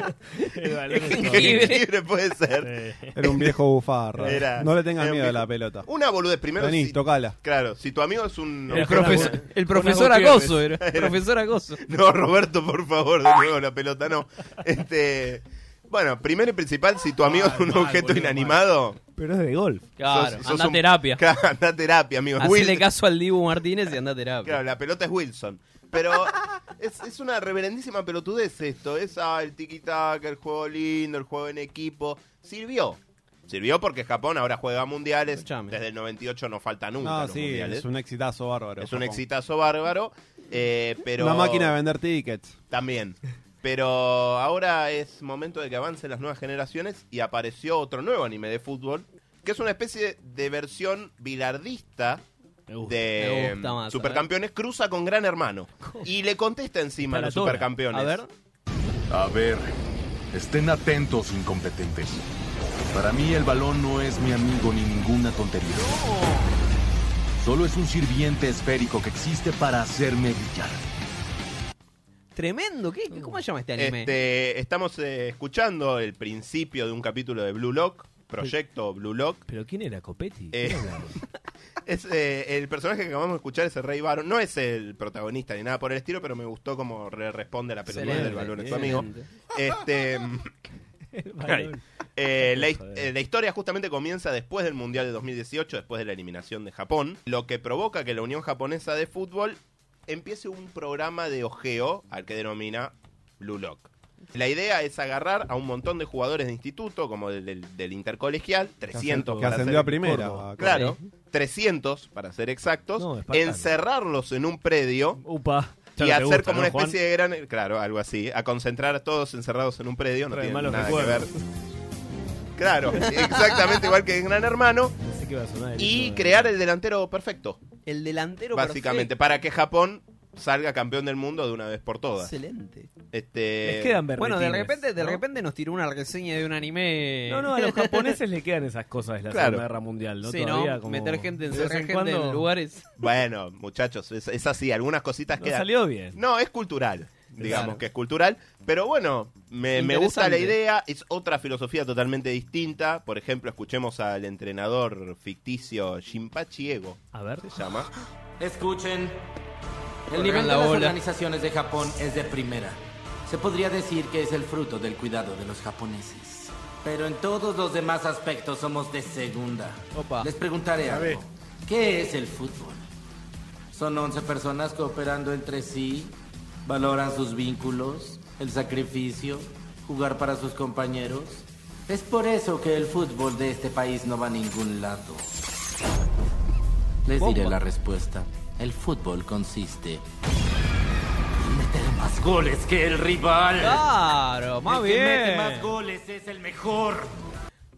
Speaker 4: balón es
Speaker 1: Jengibre. Jengibre [laughs] puede ser.
Speaker 5: Era un viejo bufarra.
Speaker 1: Era-
Speaker 5: no le tengas
Speaker 1: era un
Speaker 5: miedo a
Speaker 1: viejo-
Speaker 5: la pelota.
Speaker 1: Una boludez. Primero,
Speaker 5: Vení,
Speaker 1: si-
Speaker 5: tocala.
Speaker 1: claro, si tu amigo es un...
Speaker 5: El profesor-
Speaker 4: el profesor Acoso era. Profesor Acoso.
Speaker 1: [laughs] No, Roberto, por favor, de nuevo la pelota, no. Este... Bueno, primero y principal, si tu
Speaker 4: Ah,
Speaker 1: amigo es un objeto inanimado,
Speaker 2: Pero es de golf.
Speaker 4: Claro,
Speaker 1: Sos- sos
Speaker 4: anda a
Speaker 1: un- [laughs]
Speaker 4: terapia.
Speaker 1: Claro, anda a terapia, amigo.
Speaker 4: Hacele
Speaker 1: Wilson.
Speaker 4: caso al Dibu Martínez y anda a terapia.
Speaker 1: Claro, la pelota es Wilson. Pero es, es una reverendísima pelotudez esto. Es ah, el tiki-taka, el juego lindo, el juego en equipo. Sirvió. Sirvió porque Japón ahora juega mundiales. Desde el 98 no falta nunca.
Speaker 5: No,
Speaker 1: los
Speaker 5: sí,
Speaker 1: mundiales.
Speaker 5: es un exitazo bárbaro.
Speaker 1: Es un
Speaker 5: Japón.
Speaker 1: exitazo bárbaro. eh, pero
Speaker 5: Una máquina de vender tickets.
Speaker 1: También. Pero ahora es momento de que avancen las nuevas generaciones y apareció otro nuevo anime de fútbol, que es una especie de versión bilardista
Speaker 4: me
Speaker 1: de
Speaker 4: gusta más, a ver.
Speaker 1: Supercampeones, cruza con Gran
Speaker 4: [laughs]
Speaker 1: Hermano y le contesta encima a los
Speaker 4: Para Tora.
Speaker 1: Supercampeones.
Speaker 4: A ver.
Speaker 12: A ver, estén atentos, incompetentes. Para mí el balón no es mi amigo ni ninguna tontería. Solo es un sirviente esférico que existe para hacerme brillar.
Speaker 4: Tremendo. ¿Qué, qué- ¿Cómo se llama este anime?
Speaker 1: Este, estamos eh, escuchando el principio de un capítulo de Blue Lock, proyecto Blue Lock.
Speaker 2: ¿Pero quién era Copetti?
Speaker 1: Eh,
Speaker 2: ¿Quién hablaba?
Speaker 1: [laughs] es, eh, el personaje que acabamos de escuchar es el Rey Baron. No es el protagonista ni nada por el estilo, pero me gustó cómo le responde a la pelotudez del
Speaker 2: Excelente,
Speaker 1: balón a su amigo.
Speaker 2: [laughs]
Speaker 1: Este,
Speaker 2: balón.
Speaker 1: ay. [laughs] Eh, la, his- eh, la historia justamente comienza después del Mundial de 2018, después de la eliminación de Japón, lo que provoca que la Unión Japonesa de Fútbol empiece un programa de ojeo al que denomina Blue Lock. La idea es agarrar a un montón de jugadores de instituto, como del, del- del intercolegial, 300
Speaker 5: que
Speaker 1: para
Speaker 5: ascendió
Speaker 1: ser-
Speaker 5: a primera, Córdoba.
Speaker 1: Claro, 300 para ser exactos,
Speaker 2: No, espartano.
Speaker 1: encerrarlos en un predio
Speaker 2: Upa. Ya
Speaker 1: y
Speaker 2: no te
Speaker 1: hacer
Speaker 2: gusta,
Speaker 1: como
Speaker 2: ¿no,
Speaker 1: una
Speaker 2: Juan?
Speaker 1: especie de gran... Claro, algo así, a concentrar a todos encerrados en un predio, no
Speaker 2: Trae
Speaker 1: tiene
Speaker 2: malos
Speaker 1: nada
Speaker 2: recuerdos.
Speaker 1: que ver. Claro,
Speaker 2: [laughs]
Speaker 1: exactamente igual que en Gran Hermano.
Speaker 2: Pensé que iba a sonar el
Speaker 1: Y
Speaker 2: himno de-
Speaker 1: crear el delantero perfecto,
Speaker 4: El delantero
Speaker 1: básicamente, para que Japón salga campeón del mundo de una vez por todas.
Speaker 4: Excelente.
Speaker 1: Este...
Speaker 4: Bueno, de repente, de
Speaker 2: ¿no?
Speaker 4: repente nos tiró una reseña de un anime.
Speaker 2: No, no,
Speaker 4: [laughs]
Speaker 2: a los japoneses le quedan esas cosas de la
Speaker 1: Claro.
Speaker 2: Segunda Guerra Mundial, ¿no?
Speaker 4: Sí, ¿no?
Speaker 2: Todavía como-
Speaker 4: Meter gente,
Speaker 2: de vez
Speaker 4: encerrar
Speaker 2: en
Speaker 4: gente
Speaker 2: cuando-
Speaker 4: en lugares.
Speaker 1: Bueno, muchachos, es, es así, algunas cositas
Speaker 2: No
Speaker 1: quedan.
Speaker 2: salió bien.
Speaker 1: No, es cultural, digamos
Speaker 2: Claro.
Speaker 1: que es cultural, pero bueno, me, me gusta la
Speaker 2: Interesante.
Speaker 1: idea, es otra filosofía totalmente distinta. Por ejemplo, escuchemos al entrenador ficticio Shinpachi Ego.
Speaker 2: A ver.
Speaker 1: Se llama.
Speaker 14: Escuchen. El
Speaker 1: Corran
Speaker 14: nivel de
Speaker 1: la
Speaker 14: las
Speaker 1: bola.
Speaker 14: organizaciones de Japón es de primera. Se podría decir que es el fruto del cuidado de los japoneses. Pero en todos los demás aspectos somos de segunda. Les preguntaré
Speaker 13: A ver.
Speaker 14: algo. ¿Qué es el fútbol? Son 11 personas cooperando entre sí, valoran sus vínculos, el sacrificio, jugar para sus compañeros. Es por eso que el fútbol de este país no va a ningún lado. Les diré la respuesta. El fútbol consiste en meter más goles que el rival.
Speaker 4: Claro, más
Speaker 14: El que
Speaker 4: bien.
Speaker 14: mete más goles es el mejor.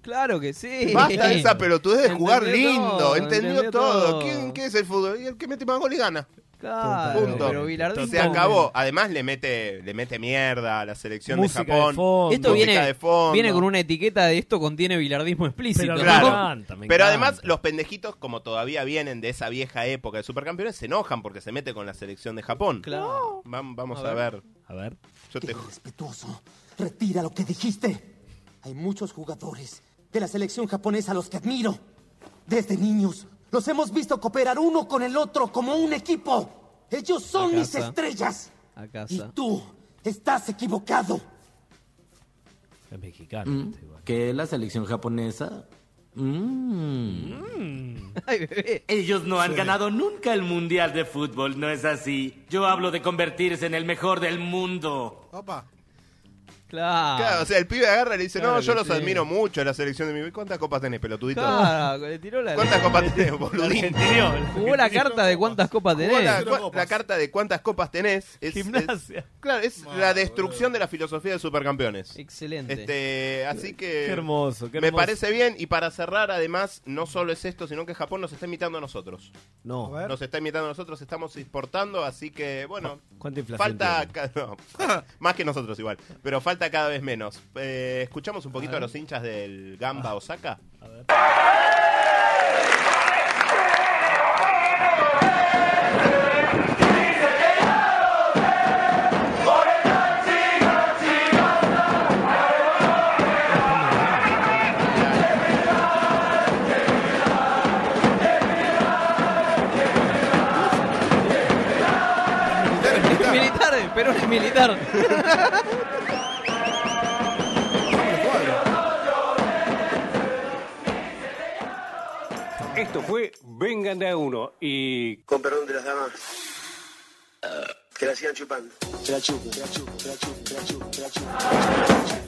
Speaker 4: Claro que sí.
Speaker 1: [laughs] Basta de esa pelotudez de jugar
Speaker 4: Entendió
Speaker 1: lindo,
Speaker 4: todo,
Speaker 1: entendió,
Speaker 4: entendió
Speaker 1: todo.
Speaker 4: todo.
Speaker 1: ¿Quién, ¿Qué es el fútbol? Y el que mete más gol y gana.
Speaker 2: Ah,
Speaker 4: Claro,
Speaker 1: Punto.
Speaker 4: pero Bilardín
Speaker 1: Y se
Speaker 4: también.
Speaker 1: acabó. Además le mete, le mete mierda a la selección
Speaker 2: Música
Speaker 1: de
Speaker 2: de
Speaker 1: Japón.
Speaker 2: fondo.
Speaker 4: Esto
Speaker 1: música
Speaker 4: viene,
Speaker 1: de fondo.
Speaker 4: viene con una etiqueta de esto contiene bilardismo explícito.
Speaker 1: Pero,
Speaker 4: ¿no?
Speaker 1: Pero además, los pendejitos, como todavía vienen de esa vieja época de supercampeones, se enojan porque se mete con la selección de Japón.
Speaker 4: Claro.
Speaker 1: Vam- vamos
Speaker 15: A
Speaker 1: a
Speaker 15: ver.
Speaker 1: ver.
Speaker 2: A ver.
Speaker 1: Yo te...
Speaker 15: Respetuoso, retira lo que dijiste. Hay muchos jugadores de la selección japonesa a los que admiro. Desde niños los hemos visto cooperar uno con el otro como un equipo. Ellos son
Speaker 4: Acá
Speaker 15: mis
Speaker 4: está.
Speaker 15: estrellas.
Speaker 4: A casa.
Speaker 15: Y tú estás equivocado.
Speaker 2: Es mexicano.
Speaker 14: Mm,
Speaker 4: este
Speaker 14: que la selección japonesa. mm, [laughs] Ellos no han
Speaker 2: Sí.
Speaker 14: ganado nunca el Mundial de Fútbol, ¿no es así? Yo hablo de convertirse en el mejor del mundo.
Speaker 3: Opa.
Speaker 4: Claro.
Speaker 1: o sea, el pibe agarra y le dice,
Speaker 4: Claro
Speaker 1: no, yo
Speaker 4: que
Speaker 1: los
Speaker 4: sí.
Speaker 1: admiro mucho, la selección de mi... ¿Cuántas copas tenés, pelotudito?
Speaker 4: Claro, le tiró la.
Speaker 1: ¿Cuántas copas tenés,
Speaker 4: [laughs]
Speaker 1: boludín?
Speaker 4: Jugó la carta de cuántas copas
Speaker 1: Jugó
Speaker 4: tenés.
Speaker 1: La, cua- la carta de cuántas copas tenés es, es- claro, es la destrucción de la filosofía de supercampeones.
Speaker 4: Excelente.
Speaker 1: Este, así que
Speaker 2: Qué hermoso, qué
Speaker 1: me
Speaker 2: hermoso.
Speaker 1: parece bien y para cerrar además no solo es esto, sino que Japón nos está imitando a nosotros.
Speaker 2: No. A ver.
Speaker 1: Nos está imitando a nosotros, estamos exportando, así que bueno,
Speaker 2: ¿Cuánta inflación?
Speaker 1: falta ca- no, [laughs] más que nosotros igual, pero falta cada vez menos. Eh, escuchamos un poquito a,
Speaker 2: ver.
Speaker 1: los hinchas del Gamba Osaka.
Speaker 4: Es militar, pero es militar.
Speaker 1: [laughs]
Speaker 16: Esto fue Vengan de a uno y.
Speaker 24: Con perdón de las damas. Que la sigan chupando. Que la chupen, que la chupen, que la chupen, que la chupen,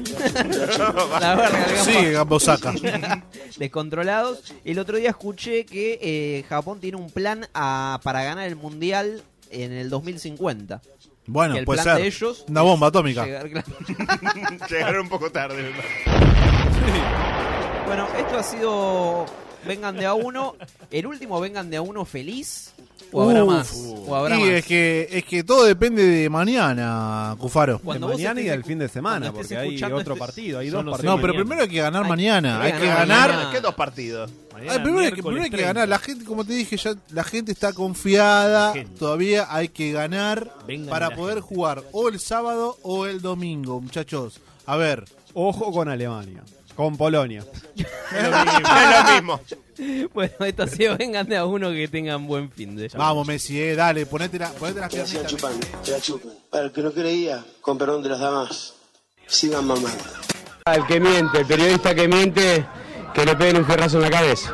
Speaker 24: que la chupen.
Speaker 4: La verga, el Gamba.
Speaker 3: Sí, Gamba Osaka.
Speaker 4: [laughs] Descontrolados. El otro día escuché que eh, Japón tiene un plan a- para ganar el mundial en el 2050.
Speaker 3: Bueno,
Speaker 4: Que el
Speaker 3: puede
Speaker 4: plan
Speaker 3: ser.
Speaker 4: de ellos
Speaker 3: Una bomba
Speaker 4: es
Speaker 3: atómica.
Speaker 4: llegar-
Speaker 1: [laughs] Llegaron un poco tarde. me parece.
Speaker 4: Bueno, esto ha sido Vengan de a uno. El último Vengan de a uno feliz. ¿O habrá
Speaker 3: Uf.
Speaker 4: más? ¿O habrá
Speaker 3: y
Speaker 4: más?
Speaker 3: Es, que, es que todo depende de mañana, Cufaro.
Speaker 4: Cuando De vos mañana estés y del escu- fin de semana, cuando estés porque hay escuchando otro este- partido, hay
Speaker 3: Yo
Speaker 4: dos
Speaker 3: no sé,
Speaker 4: partidos
Speaker 3: No, pero
Speaker 4: mañana.
Speaker 3: primero hay que ganar
Speaker 4: Hay-
Speaker 3: mañana. Hay que ganar.
Speaker 1: ¿Qué dos partidos?
Speaker 3: Ay, primero, hay que, primero hay que ganar. La gente, como te dije, ya la gente está confiada. Todavía hay que ganar
Speaker 5: Vengan
Speaker 3: para
Speaker 5: la
Speaker 3: poder jugar o el sábado o el domingo, muchachos. A ver.
Speaker 5: Ojo con Alemania. Con
Speaker 3: [laughs]
Speaker 5: Polonia.
Speaker 4: [laughs] Bueno, esto ha sido Vengan de a uno. Que tengan buen fin de
Speaker 3: Vamos, Messi, eh, dale, ponete, la, ponete las
Speaker 24: Que la sigan
Speaker 3: piernitas.
Speaker 24: chupando, que la chupen. Para el que no creía, con perdón de las damas. Sigan mamando.
Speaker 17: El que miente, el periodista que miente, que le peguen un ferrazo en la cabeza.